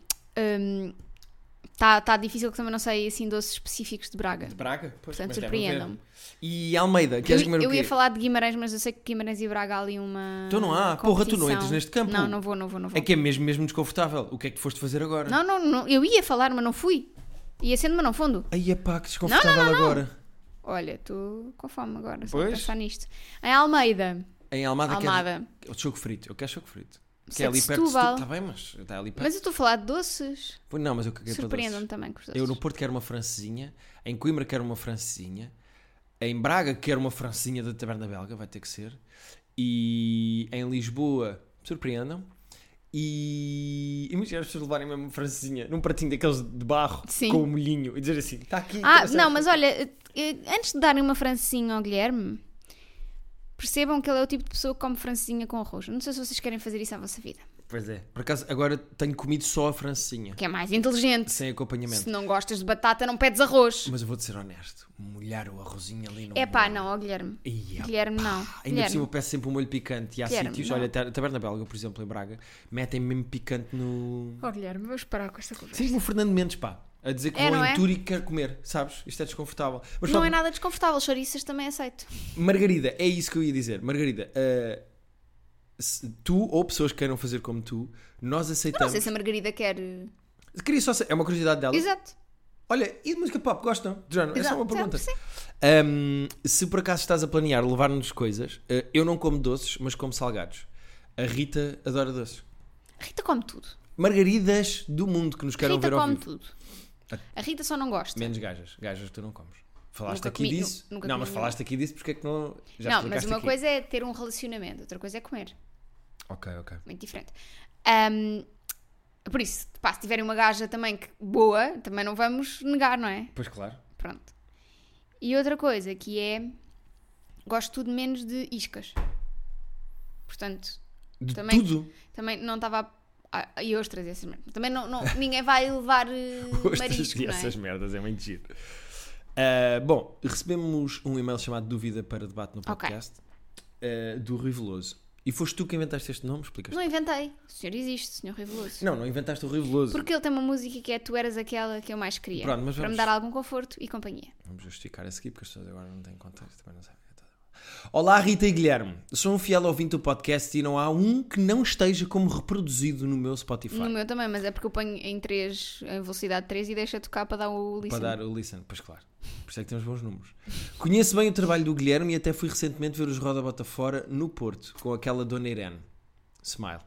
[SPEAKER 2] Está tá difícil que também não sei assim doces específicos de Braga.
[SPEAKER 1] De Braga? Pois,
[SPEAKER 2] Portanto,
[SPEAKER 1] mas é, deve haver.
[SPEAKER 2] surpreendam-me.
[SPEAKER 1] E Almeida, queres
[SPEAKER 2] eu,
[SPEAKER 1] comer o
[SPEAKER 2] eu
[SPEAKER 1] quê?
[SPEAKER 2] ia falar de Guimarães, mas eu sei que Guimarães e Braga há ali uma.
[SPEAKER 1] Então não há. Porra, tu não
[SPEAKER 2] competição.
[SPEAKER 1] entras neste campo.
[SPEAKER 2] Não, não vou, não vou, não vou.
[SPEAKER 1] É que é mesmo, mesmo desconfortável. O que é que tu foste fazer agora?
[SPEAKER 2] Não, não, não, eu ia falar, mas não fui. Ia sendo, mas não fundo.
[SPEAKER 1] Aí é pá, que desconfortável agora.
[SPEAKER 2] Olha, estou com fome agora, só
[SPEAKER 1] Pois.
[SPEAKER 2] de pensar nisto. Em Almeida.
[SPEAKER 1] Em Almada,
[SPEAKER 2] Almada.
[SPEAKER 1] queres... O choco frito. Eu quero choco frito.
[SPEAKER 2] Isso
[SPEAKER 1] Que
[SPEAKER 2] é
[SPEAKER 1] é ali
[SPEAKER 2] de
[SPEAKER 1] perto de
[SPEAKER 2] Setúbal.
[SPEAKER 1] Setúbal. Está bem, mas está ali perto.
[SPEAKER 2] Mas eu estou a falar de doces.
[SPEAKER 1] Pois Não, mas é eu caguei para
[SPEAKER 2] Surpreendam-me
[SPEAKER 1] doces.
[SPEAKER 2] também com os doces.
[SPEAKER 1] Eu no Porto quero uma francesinha. Em Coimbra quero uma francesinha. Em Braga quero uma francesinha da Taberna Belga, vai ter que ser. E em Lisboa, surpreendam. E imagina as pessoas levarem mesmo uma francesinha num pratinho daqueles de barro
[SPEAKER 2] Sim.
[SPEAKER 1] com o molhinho e dizer assim: está aqui.
[SPEAKER 2] Ah,
[SPEAKER 1] trouxemos."
[SPEAKER 2] não, mas olha, eh, eh, antes de darem uma francesinha ao Guilherme, percebam que ele é o tipo de pessoa que come francesinha com arroz. Não sei se vocês querem fazer isso à vossa vida,
[SPEAKER 1] Pois é. Por acaso, agora tenho comido só a francesinha,
[SPEAKER 2] que é mais inteligente.
[SPEAKER 1] sem acompanhamento.
[SPEAKER 2] Se não gostas de batata, não pedes arroz.
[SPEAKER 1] Mas eu vou-te ser honesto: molhar o arrozinho ali no.
[SPEAKER 2] É pá,
[SPEAKER 1] molho.
[SPEAKER 2] não, ó Guilherme.
[SPEAKER 1] Ia
[SPEAKER 2] Guilherme,
[SPEAKER 1] É, Ainda
[SPEAKER 2] não.
[SPEAKER 1] por cima eu
[SPEAKER 2] Guilherme.
[SPEAKER 1] peço sempre um molho picante e há
[SPEAKER 2] Guilherme,
[SPEAKER 1] sítios,
[SPEAKER 2] não.
[SPEAKER 1] olha, a Taberna Belga, por exemplo, em Braga, metem mesmo picante no.
[SPEAKER 2] Ó Guilherme, vou esperar com esta conversa.
[SPEAKER 1] Sim, como o Fernando Mendes, pá, a dizer que
[SPEAKER 2] É,
[SPEAKER 1] vou
[SPEAKER 2] não
[SPEAKER 1] em
[SPEAKER 2] é?
[SPEAKER 1] Turi e quer comer, sabes? Isto é desconfortável. Mas
[SPEAKER 2] Não
[SPEAKER 1] pronto,
[SPEAKER 2] é nada desconfortável, chouriças também aceito.
[SPEAKER 1] Margarida, é isso que eu ia dizer. Margarida, ah, se tu ou pessoas que queiram fazer como tu, nós
[SPEAKER 2] Não
[SPEAKER 1] aceitamos.
[SPEAKER 2] sei se a Margarida quer. eh,
[SPEAKER 1] Queria só sa- é uma curiosidade dela.
[SPEAKER 2] Exato.
[SPEAKER 1] Olha, e de música pop, gostam? John, é só
[SPEAKER 2] exato,
[SPEAKER 1] uma pergunta.
[SPEAKER 2] Sim.
[SPEAKER 1] Ahm, se por acaso estás a planear levar-nos coisas, ah, eu não como doces, mas como salgados. A Rita adora doces.
[SPEAKER 2] A Rita come tudo.
[SPEAKER 1] Margaridas do mundo que nos querem
[SPEAKER 2] Rita
[SPEAKER 1] ver ao
[SPEAKER 2] come
[SPEAKER 1] vivo.
[SPEAKER 2] tudo. A Rita só não gosta.
[SPEAKER 1] Menos gajas. Gajas tu não comes. Falaste
[SPEAKER 2] Nunca
[SPEAKER 1] aqui
[SPEAKER 2] comi- nu-
[SPEAKER 1] disso.
[SPEAKER 2] nunca
[SPEAKER 1] não,
[SPEAKER 2] comi
[SPEAKER 1] mas
[SPEAKER 2] nenhuma.
[SPEAKER 1] falaste aqui disso porque é que não. Já
[SPEAKER 2] não, mas
[SPEAKER 1] explicaste
[SPEAKER 2] uma
[SPEAKER 1] aqui.
[SPEAKER 2] coisa é ter um relacionamento, outra coisa é comer.
[SPEAKER 1] Ok, ok.
[SPEAKER 2] Muito diferente. Ahm, por isso, pá, se tiverem uma gaja também que, boa, também não vamos negar, não é?
[SPEAKER 1] Pois claro.
[SPEAKER 2] Pronto. E outra coisa que é. Gosto tudo menos de iscas. Portanto,
[SPEAKER 1] De
[SPEAKER 2] Também-
[SPEAKER 1] tudo.
[SPEAKER 2] também não estava. a- Ah, e ostras, e essas merdas. Também não, não- ninguém vai levar eh,
[SPEAKER 1] Ostras,
[SPEAKER 2] marisco,
[SPEAKER 1] e
[SPEAKER 2] não é?
[SPEAKER 1] essas merdas, é muito giro. Ah, bom, recebemos um e-mail chamado Dúvida para Debate no Podcast ah, do Rui Veloso. E foste tu que inventaste este nome? Explicas?
[SPEAKER 2] Não inventei. O senhor existe, o senhor Revoluço.
[SPEAKER 1] Não, não inventaste o Rui Veloso.
[SPEAKER 2] Porque ele tem uma música que é Tu Eras Aquela que eu mais queria.
[SPEAKER 1] Pronto, mas
[SPEAKER 2] Para me
[SPEAKER 1] vamos-
[SPEAKER 2] dar algum conforto e companhia.
[SPEAKER 1] Vamos justificar a seguir, porque as pessoas agora não têm contexto, também não sabem. é Olá, Rita e Guilherme. Sou um fiel ouvinte do podcast e não há um que não esteja como reproduzido no meu Spotify.
[SPEAKER 2] No meu também, mas é porque eu ponho em 3, em velocidade 3 e deixo a tocar para dar o
[SPEAKER 1] Para
[SPEAKER 2] listen.
[SPEAKER 1] dar o listen, pois claro. Por isso é que temos bons números. Conheço bem o trabalho do Guilherme e até fui recentemente ver os Roda Bota Fora no Porto, com aquela Dona Irene. Smile.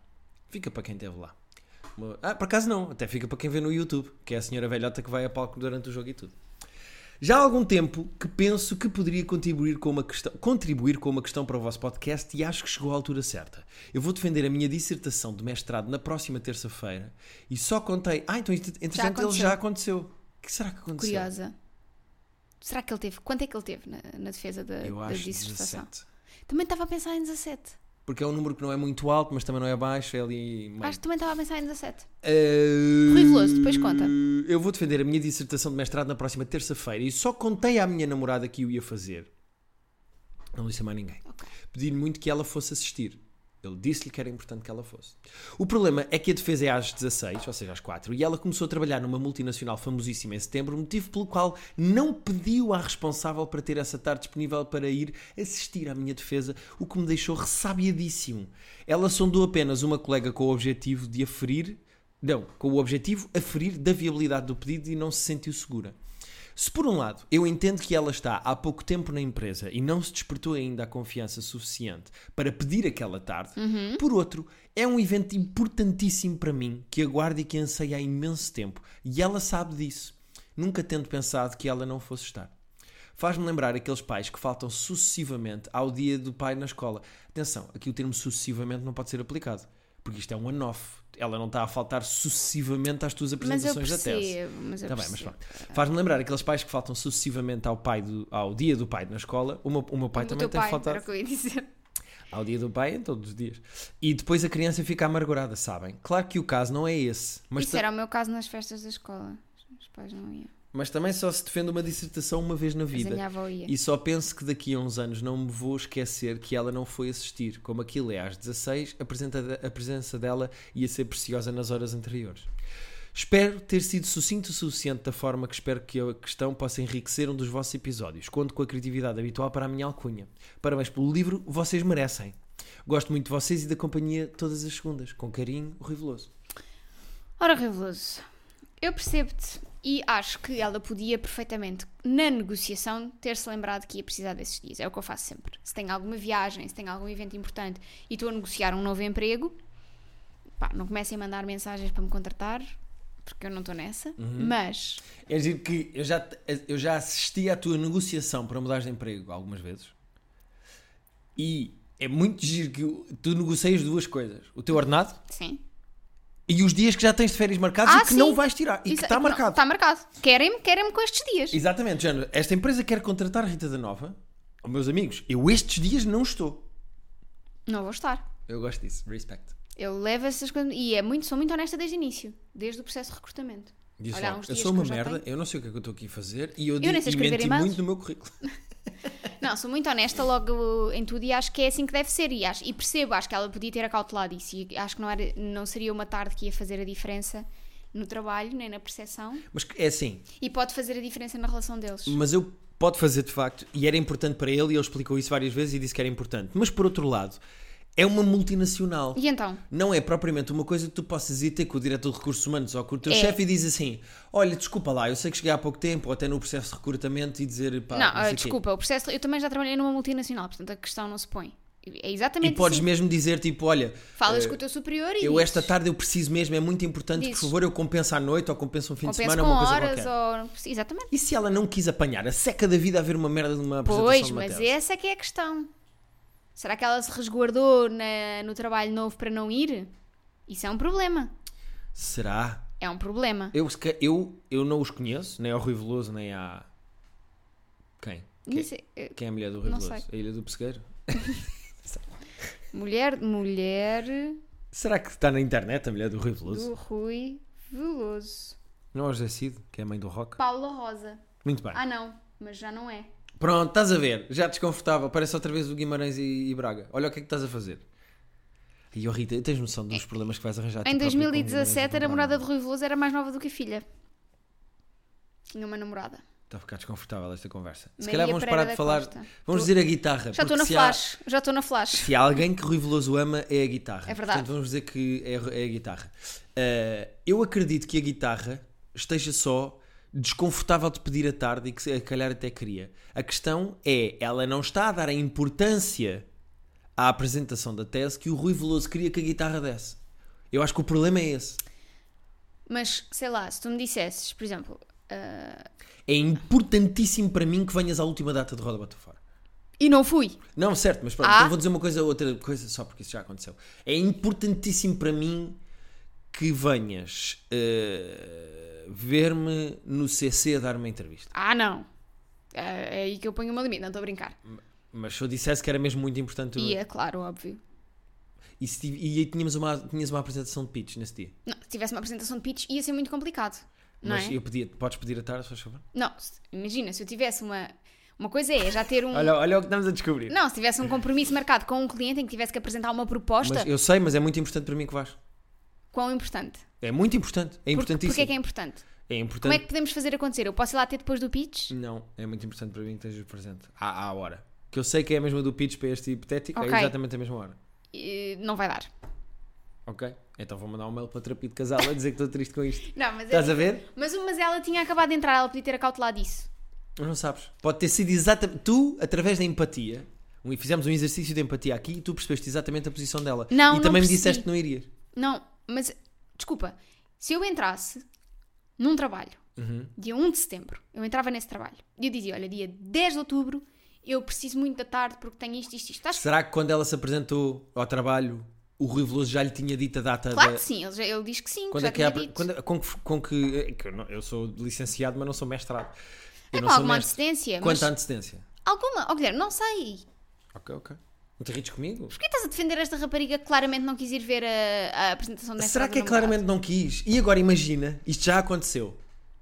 [SPEAKER 1] Fica para quem esteve lá. Uma- Ah, por acaso não, até fica para quem vê no YouTube, que é a senhora velhota que vai a palco durante o jogo e tudo. Já há algum tempo que penso que poderia contribuir com uma questão, contribuir com uma questão para o vosso podcast e acho que chegou à altura certa. Eu vou defender a minha dissertação de mestrado na próxima terça-feira e só contei. Ah, então isto- entretanto ele
[SPEAKER 2] aconteceu.
[SPEAKER 1] já aconteceu. O que será que aconteceu?
[SPEAKER 2] Curiosa. Será que ele teve? Quanto é que ele teve na, na defesa da,
[SPEAKER 1] Eu
[SPEAKER 2] da
[SPEAKER 1] acho
[SPEAKER 2] dissertação?
[SPEAKER 1] 17.
[SPEAKER 2] Também estava a pensar em 17.
[SPEAKER 1] Porque é um número que não é muito alto, mas também não é baixo, é ali. meio.
[SPEAKER 2] Acho que também estava a pensar em 17.
[SPEAKER 1] Eh,
[SPEAKER 2] Rui Veloso, depois conta.
[SPEAKER 1] Eu vou defender a minha dissertação de mestrado na próxima terça-feira e só contei à minha namorada que eu ia fazer. Não disse a mais ninguém.
[SPEAKER 2] Ok.
[SPEAKER 1] Pedi-lhe muito que ela fosse assistir. Ele disse-lhe que era importante que ela fosse. O problema é que a defesa é às 16, ou seja, às 4, e ela começou a trabalhar numa multinacional famosíssima em setembro, motivo pelo qual não pediu à responsável para ter essa tarde disponível para ir assistir à minha defesa, o que me deixou ressabiadíssimo. Ela sondou apenas uma colega com o objetivo de aferir, não, com o objetivo aferir da viabilidade do pedido e não se sentiu segura. Se por um lado eu entendo que ela está há pouco tempo na empresa e não se despertou ainda a confiança suficiente para pedir aquela tarde,
[SPEAKER 2] Uhum.
[SPEAKER 1] por outro, é um evento importantíssimo para mim que aguardo e que anseio há imenso tempo e ela sabe disso. Nunca tendo pensado que ela não fosse estar. Faz-me lembrar aqueles pais que faltam sucessivamente ao dia do pai na escola. Atenção, aqui o termo sucessivamente não pode ser aplicado, porque isto é um anof. Ela não está a faltar sucessivamente às tuas
[SPEAKER 2] Mas eu
[SPEAKER 1] apresentações da tese.
[SPEAKER 2] percebo. Mas eu
[SPEAKER 1] Tá bem, mas
[SPEAKER 2] percebo.
[SPEAKER 1] pronto. Faz-me lembrar aqueles pais que faltam sucessivamente ao, pai do- ao dia do pai na escola. O meu, o meu pai
[SPEAKER 2] o
[SPEAKER 1] também
[SPEAKER 2] teu
[SPEAKER 1] tem
[SPEAKER 2] pai,
[SPEAKER 1] faltado
[SPEAKER 2] era o que eu ia dizer.
[SPEAKER 1] ao dia do pai em todos os dias. E depois a criança fica amargurada, sabem? Claro que o caso não é esse, mas,
[SPEAKER 2] Isso
[SPEAKER 1] ta-
[SPEAKER 2] era o meu caso nas festas da escola. Os pais não iam.
[SPEAKER 1] mas também só se defende uma dissertação uma vez na
[SPEAKER 2] Mas é a minha
[SPEAKER 1] vida.
[SPEAKER 2] avó ia.
[SPEAKER 1] E só penso que daqui a uns anos não me vou esquecer que ela não foi assistir. Como aquilo é às 16, a, presenta- a presença dela ia ser preciosa nas horas anteriores. Espero ter sido sucinto o suficiente da forma que espero que a questão possa enriquecer um dos vossos episódios. Conto com a criatividade habitual para a minha alcunha. Parabéns pelo livro, vocês merecem. Gosto muito de vocês e da companhia todas as segundas. Com carinho, o Rui Veloso.
[SPEAKER 2] Ora, Reveloso, eu percebo-te e acho que ela podia perfeitamente, na negociação, ter-se lembrado que ia precisar desses dias. É o que eu faço sempre. Se tem alguma viagem, se tem algum evento importante e estou a negociar um novo emprego, pá, não comecem a mandar mensagens para me contratar, porque eu não estou nessa. Mas,
[SPEAKER 1] É dizer que eu já, eu já assisti à tua negociação para mudar de emprego algumas vezes e é muito giro que tu negocias duas coisas: o teu ordenado
[SPEAKER 2] sim.
[SPEAKER 1] e os dias que já tens de férias marcados
[SPEAKER 2] Ah,
[SPEAKER 1] e que
[SPEAKER 2] sim.
[SPEAKER 1] não vais tirar e
[SPEAKER 2] Isso- é
[SPEAKER 1] que está
[SPEAKER 2] não,
[SPEAKER 1] marcado.
[SPEAKER 2] Está marcado. Querem-me, querem-me com estes dias.
[SPEAKER 1] Exatamente, Jana. Esta empresa quer contratar a Rita da Nova. Oh, meus amigos, eu estes dias não estou.
[SPEAKER 2] Não vou estar.
[SPEAKER 1] Eu gosto disso. Respect.
[SPEAKER 2] Eu levo essas coisas e é muito, sou muito honesta desde o início, desde o processo de recrutamento.
[SPEAKER 1] Diz
[SPEAKER 2] Olha, há
[SPEAKER 1] logo,
[SPEAKER 2] uns
[SPEAKER 1] eu
[SPEAKER 2] dias
[SPEAKER 1] sou
[SPEAKER 2] que
[SPEAKER 1] uma
[SPEAKER 2] eu já
[SPEAKER 1] merda,
[SPEAKER 2] tenho.
[SPEAKER 1] eu não sei o que é que eu estou aqui a fazer e eu,
[SPEAKER 2] nem
[SPEAKER 1] digo-
[SPEAKER 2] sei
[SPEAKER 1] e
[SPEAKER 2] escrever
[SPEAKER 1] menti
[SPEAKER 2] e-mails.
[SPEAKER 1] muito no meu currículo.
[SPEAKER 2] Não, sou muito honesta logo em tudo e acho que é assim que deve ser. E, acho, e percebo, acho que ela podia ter acautelado isso. E acho que não, era, não seria uma tarde que ia fazer a diferença no trabalho, nem na percepção.
[SPEAKER 1] Mas que- é assim,
[SPEAKER 2] E pode fazer a diferença na relação deles.
[SPEAKER 1] mas eu pode fazer de facto e era importante para ele e ele explicou isso várias vezes e disse que era importante. Mas por outro lado, é uma multinacional.
[SPEAKER 2] E então?
[SPEAKER 1] Não é propriamente uma coisa que tu possas ir ter com o diretor de recursos humanos ou com o teu
[SPEAKER 2] É.
[SPEAKER 1] chefe e diz assim: Olha, desculpa lá, eu sei que cheguei há pouco tempo, ou até no processo de recrutamento, e dizer pá,
[SPEAKER 2] não,
[SPEAKER 1] sei
[SPEAKER 2] ah,
[SPEAKER 1] quê."
[SPEAKER 2] desculpa, o processo. Eu também já trabalhei numa multinacional, portanto a questão não se põe. É exatamente
[SPEAKER 1] E podes
[SPEAKER 2] assim.
[SPEAKER 1] mesmo dizer, tipo, olha,
[SPEAKER 2] Falas
[SPEAKER 1] eh,
[SPEAKER 2] com o teu superior e.
[SPEAKER 1] eu esta
[SPEAKER 2] dizes,
[SPEAKER 1] tarde eu preciso mesmo, é muito importante,
[SPEAKER 2] Dizes.
[SPEAKER 1] por favor, eu compenso à noite ou compenso um fim de
[SPEAKER 2] compensa
[SPEAKER 1] semana,
[SPEAKER 2] com
[SPEAKER 1] uma coisa
[SPEAKER 2] horas
[SPEAKER 1] qualquer.
[SPEAKER 2] ou. Exatamente.
[SPEAKER 1] E se ela não quis apanhar a seca da vida a ver uma merda de uma apresentação
[SPEAKER 2] Pois,
[SPEAKER 1] de uma
[SPEAKER 2] mas
[SPEAKER 1] tese?
[SPEAKER 2] essa é que é a questão. Será que ela se resguardou na- no trabalho novo para não ir? Isso é um problema.
[SPEAKER 1] Será?
[SPEAKER 2] É um problema.
[SPEAKER 1] Eu, se ca- eu, eu não os conheço, nem ao Rui Veloso, nem à... Quem?
[SPEAKER 2] Não
[SPEAKER 1] Quem,
[SPEAKER 2] sei, eh,
[SPEAKER 1] quem é a mulher do Rui
[SPEAKER 2] Não
[SPEAKER 1] Veloso? A Ilha do Pesqueiro?
[SPEAKER 2] Mulher, mulher
[SPEAKER 1] Será que está na internet a mulher do Rui Veloso?
[SPEAKER 2] do Rui Veloso.
[SPEAKER 1] Não é o José Cid, que é a mãe do rock?
[SPEAKER 2] Paula Rosa.
[SPEAKER 1] Muito bem.
[SPEAKER 2] Ah não, mas já não é.
[SPEAKER 1] Pronto, estás a ver, já desconfortável. Parece outra vez o Guimarães e, e Braga. Olha o que é que estás a fazer. E oh Rita, tens noção dos problemas que vais arranjar? tu
[SPEAKER 2] Em
[SPEAKER 1] própria com o Guimarães e
[SPEAKER 2] 2017
[SPEAKER 1] com
[SPEAKER 2] a namorada
[SPEAKER 1] Braga?
[SPEAKER 2] de Rui Veloso era mais nova do que a filha. Tinha uma namorada.
[SPEAKER 1] Está a ficar desconfortável esta conversa. Se
[SPEAKER 2] Maria
[SPEAKER 1] calhar vamos
[SPEAKER 2] Pereira
[SPEAKER 1] parar de
[SPEAKER 2] da
[SPEAKER 1] falar.
[SPEAKER 2] Costa.
[SPEAKER 1] Vamos
[SPEAKER 2] Tô-
[SPEAKER 1] dizer a guitarra.
[SPEAKER 2] Já estou
[SPEAKER 1] porque
[SPEAKER 2] na
[SPEAKER 1] se
[SPEAKER 2] flash, já estou na
[SPEAKER 1] Há,
[SPEAKER 2] flash.
[SPEAKER 1] se há alguém que Rui Veloso ama é a guitarra.
[SPEAKER 2] É verdade.
[SPEAKER 1] Portanto, vamos dizer que é, é a guitarra. Ah, eu acredito que a guitarra esteja só desconfortável de pedir a tarde e que se calhar até queria. A questão é, ela não está a dar a importância à apresentação da tese que o Rui Veloso queria que a guitarra desse. Eu acho que o problema é esse.
[SPEAKER 2] Mas sei lá, se tu me dissesses, por exemplo, ah,
[SPEAKER 1] É importantíssimo para mim que venhas à última data de Roda Bota Fora.
[SPEAKER 2] e não fui.
[SPEAKER 1] Não, certo, mas pronto,
[SPEAKER 2] Ah.
[SPEAKER 1] então vou dizer uma coisa, outra coisa, só porque isso já aconteceu. É importantíssimo para mim que venhas eh, ver-me no CC a dar uma entrevista.
[SPEAKER 2] Ah não. Ah, é aí que eu ponho o meu limite, não estou a brincar.
[SPEAKER 1] Mas se eu dissesse que era mesmo muito importante, tu-
[SPEAKER 2] E é claro, óbvio.
[SPEAKER 1] E, se tive- e aí tínhamos uma, tinhas uma apresentação de pitch nesse dia.
[SPEAKER 2] Não, se tivesse uma apresentação de pitch, ia ser muito complicado. Não
[SPEAKER 1] Mas
[SPEAKER 2] é? Hum.
[SPEAKER 1] eu pedia, podes pedir a tarde, se faz favor?
[SPEAKER 2] Não, se- imagina, se eu tivesse uma. Uma coisa é já ter um.
[SPEAKER 1] Olha, olha o que estamos a descobrir.
[SPEAKER 2] Não, se tivesse um compromisso marcado com um cliente em que tivesse que apresentar uma proposta,
[SPEAKER 1] Mas eu sei, mas é muito importante para mim que vás.
[SPEAKER 2] quão importante?
[SPEAKER 1] É muito importante. É
[SPEAKER 2] Porque,
[SPEAKER 1] importantíssimo.
[SPEAKER 2] porque é que é importante?
[SPEAKER 1] é
[SPEAKER 2] Como
[SPEAKER 1] importante.
[SPEAKER 2] é que podemos fazer acontecer? Eu posso ir lá ter depois do pitch?
[SPEAKER 1] Não, é muito importante para mim que estejas presente. À, à hora. Que eu sei que é a mesma do pitch para este hipotético,
[SPEAKER 2] Ok.
[SPEAKER 1] é exatamente a mesma hora.
[SPEAKER 2] Eh, não vai dar.
[SPEAKER 1] Ok? Então vou mandar um mail para o terapia de casal a dizer que estou triste com isto.
[SPEAKER 2] Não, mas, é
[SPEAKER 1] Estás a ver?
[SPEAKER 2] mas, mas ela tinha acabado de entrar, ela podia ter acautelado isso.
[SPEAKER 1] Mas não sabes. Pode ter sido exatamente. Tu, através da empatia, um- fizemos um exercício de empatia aqui e tu percebeste exatamente a posição dela.
[SPEAKER 2] Não,
[SPEAKER 1] e
[SPEAKER 2] não
[SPEAKER 1] também me
[SPEAKER 2] percebi.
[SPEAKER 1] disseste que não irias.
[SPEAKER 2] Não, mas desculpa, se eu entrasse num trabalho,
[SPEAKER 1] Uhum.
[SPEAKER 2] dia 1 de setembro, eu entrava nesse trabalho e eu dizia: olha, dia 10 de outubro, eu preciso muito da tarde porque tenho isto, isto, isto. Estás
[SPEAKER 1] Será que quando ela se apresentou ao trabalho, o Rui Veloso já lhe tinha dito a data
[SPEAKER 2] Claro
[SPEAKER 1] da.
[SPEAKER 2] que sim, ele, já- ele diz que sim.
[SPEAKER 1] é- Quando
[SPEAKER 2] já
[SPEAKER 1] é que é a...
[SPEAKER 2] tinha dito.
[SPEAKER 1] quando- com que, com que- é que eu, não- eu sou licenciado, mas não sou mestrado. Eu
[SPEAKER 2] É
[SPEAKER 1] não
[SPEAKER 2] com
[SPEAKER 1] sou
[SPEAKER 2] alguma
[SPEAKER 1] mestre.
[SPEAKER 2] antecedência,
[SPEAKER 1] Quanto
[SPEAKER 2] mas.
[SPEAKER 1] à antecedência?
[SPEAKER 2] Alguma? Oh, Guilherme, não sei.
[SPEAKER 1] Ok, ok. Não te rides comigo?
[SPEAKER 2] Porquê estás a defender esta rapariga que claramente não quis ir ver a, a apresentação desta
[SPEAKER 1] Será que é claramente não quis? E agora imagina, isto já aconteceu.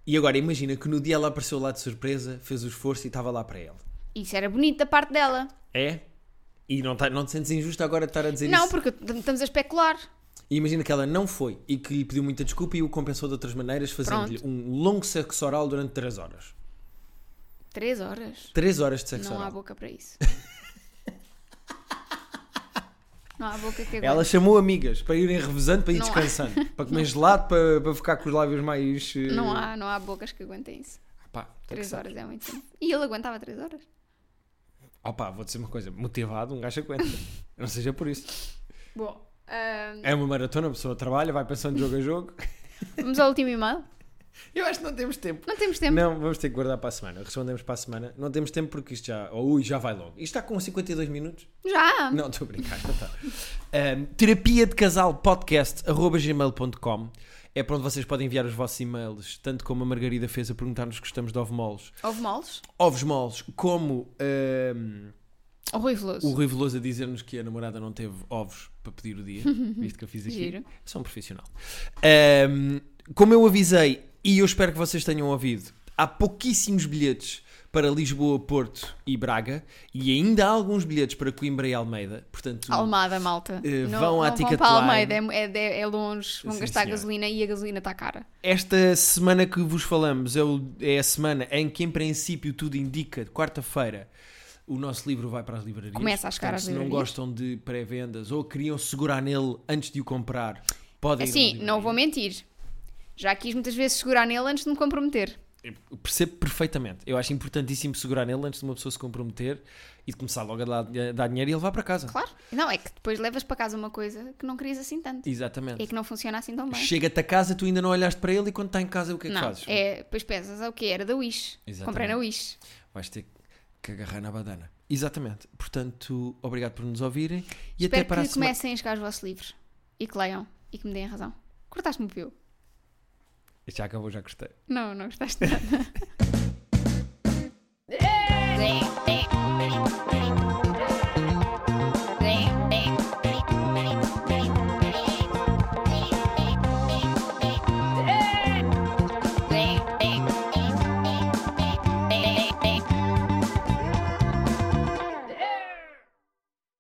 [SPEAKER 1] E agora imagina que no dia ela apareceu lá de surpresa, fez o esforço e estava lá para ela.
[SPEAKER 2] Isso era bonito da parte dela.
[SPEAKER 1] É? E não, tá- não te sentes injusto agora de estar a dizer
[SPEAKER 2] Não,
[SPEAKER 1] isso?
[SPEAKER 2] porque t- estamos a especular.
[SPEAKER 1] E imagina que ela não foi e que lhe pediu muita desculpa e o compensou de outras maneiras, fazendo-lhe um longo sexo oral durante 3 horas.
[SPEAKER 2] Três horas.
[SPEAKER 1] 3 horas de sexo
[SPEAKER 2] Não há
[SPEAKER 1] oral.
[SPEAKER 2] boca para isso. não há boca que aguente.
[SPEAKER 1] Ela chamou amigas para irem revezando, para ir
[SPEAKER 2] Não há.
[SPEAKER 1] descansando, para comer gelado, para, para ficar com os lábios mais. eh,
[SPEAKER 2] Não, há, não há bocas que aguentem isso.
[SPEAKER 1] Pá, tem Então que
[SPEAKER 2] Três
[SPEAKER 1] ser.
[SPEAKER 2] horas é muito tempo. E ele aguentava três horas.
[SPEAKER 1] Opá, vou dizer uma coisa: motivado, um gajo aguenta. não seja por isso.
[SPEAKER 2] Bom, ah, ahm,
[SPEAKER 1] É uma maratona, a pessoa trabalha, vai pensando de jogo a jogo.
[SPEAKER 2] vamos ao último e-mail.
[SPEAKER 1] Eu acho que não temos tempo.
[SPEAKER 2] Não temos tempo.
[SPEAKER 1] Não, vamos ter que guardar para a semana. Respondemos para a semana. Não temos tempo porque isto já. Oh, ui, já vai logo. Isto está com 52 minutos?
[SPEAKER 2] Já!
[SPEAKER 1] Não, estou a brincar, não está. terapia de casal podcast gmail.com é para onde vocês podem enviar os vossos e-mails, tanto como a Margarida fez a perguntar-nos que gostamos de ovos moles,
[SPEAKER 2] Houve moles?
[SPEAKER 1] ovos moles, como ahm,
[SPEAKER 2] O Rui Veloso.
[SPEAKER 1] o Rui Veloso a dizer-nos que a namorada não teve ovos para pedir o dia, visto que eu fiz aqui.
[SPEAKER 2] Giro.
[SPEAKER 1] Sou um profissional. Ahm, como eu avisei, e eu espero que vocês tenham ouvido, há pouquíssimos bilhetes para Lisboa, Porto e Braga e ainda há alguns bilhetes para Coimbra e Almeida. Portanto,
[SPEAKER 2] Almada, malta.
[SPEAKER 1] Eh,
[SPEAKER 2] não,
[SPEAKER 1] vão à
[SPEAKER 2] não vão
[SPEAKER 1] Ticket
[SPEAKER 2] para
[SPEAKER 1] Line.
[SPEAKER 2] Almeida, é, é- é longe, vão
[SPEAKER 1] Sim,
[SPEAKER 2] gastar
[SPEAKER 1] senhora.
[SPEAKER 2] gasolina e a gasolina está cara.
[SPEAKER 1] esta semana que vos falamos é, o- é a semana em que, em princípio, tudo indica, quarta-feira. O nosso livro vai para as livrarias.
[SPEAKER 2] Começa a chegar
[SPEAKER 1] Portanto,
[SPEAKER 2] às
[SPEAKER 1] se não
[SPEAKER 2] livrarias.
[SPEAKER 1] gostam de pré-vendas ou queriam segurar nele antes de o comprar, podem ir a uma
[SPEAKER 2] Assim, não
[SPEAKER 1] livraria.
[SPEAKER 2] vou mentir. Já quis muitas vezes segurar nele antes de me comprometer.
[SPEAKER 1] Eu percebo perfeitamente. Eu acho importantíssimo segurar nele antes de uma pessoa se comprometer e de começar logo a dar, a dar dinheiro e a levar para casa.
[SPEAKER 2] Claro. Não, é que depois levas para casa uma coisa que não querias assim tanto.
[SPEAKER 1] Exatamente.
[SPEAKER 2] É que não funciona assim tão bem.
[SPEAKER 1] Chega-te a casa, tu ainda não olhaste para ele e quando está em casa, o que é que
[SPEAKER 2] Não,
[SPEAKER 1] fazes?
[SPEAKER 2] é, depois pensas, ah, o que era da Wish.
[SPEAKER 1] Exatamente.
[SPEAKER 2] Comprei na Wish.
[SPEAKER 1] Vais ter que agarrar na badana. Exatamente. Portanto, obrigado por nos ouvirem e até
[SPEAKER 2] Espero
[SPEAKER 1] para a
[SPEAKER 2] que
[SPEAKER 1] semana.
[SPEAKER 2] comecem a chegar os vossos livros e que leiam e que me deem razão. Cortaste-me o pio?
[SPEAKER 1] Já acabou, já gostei.
[SPEAKER 2] Não, não gostaste de nada.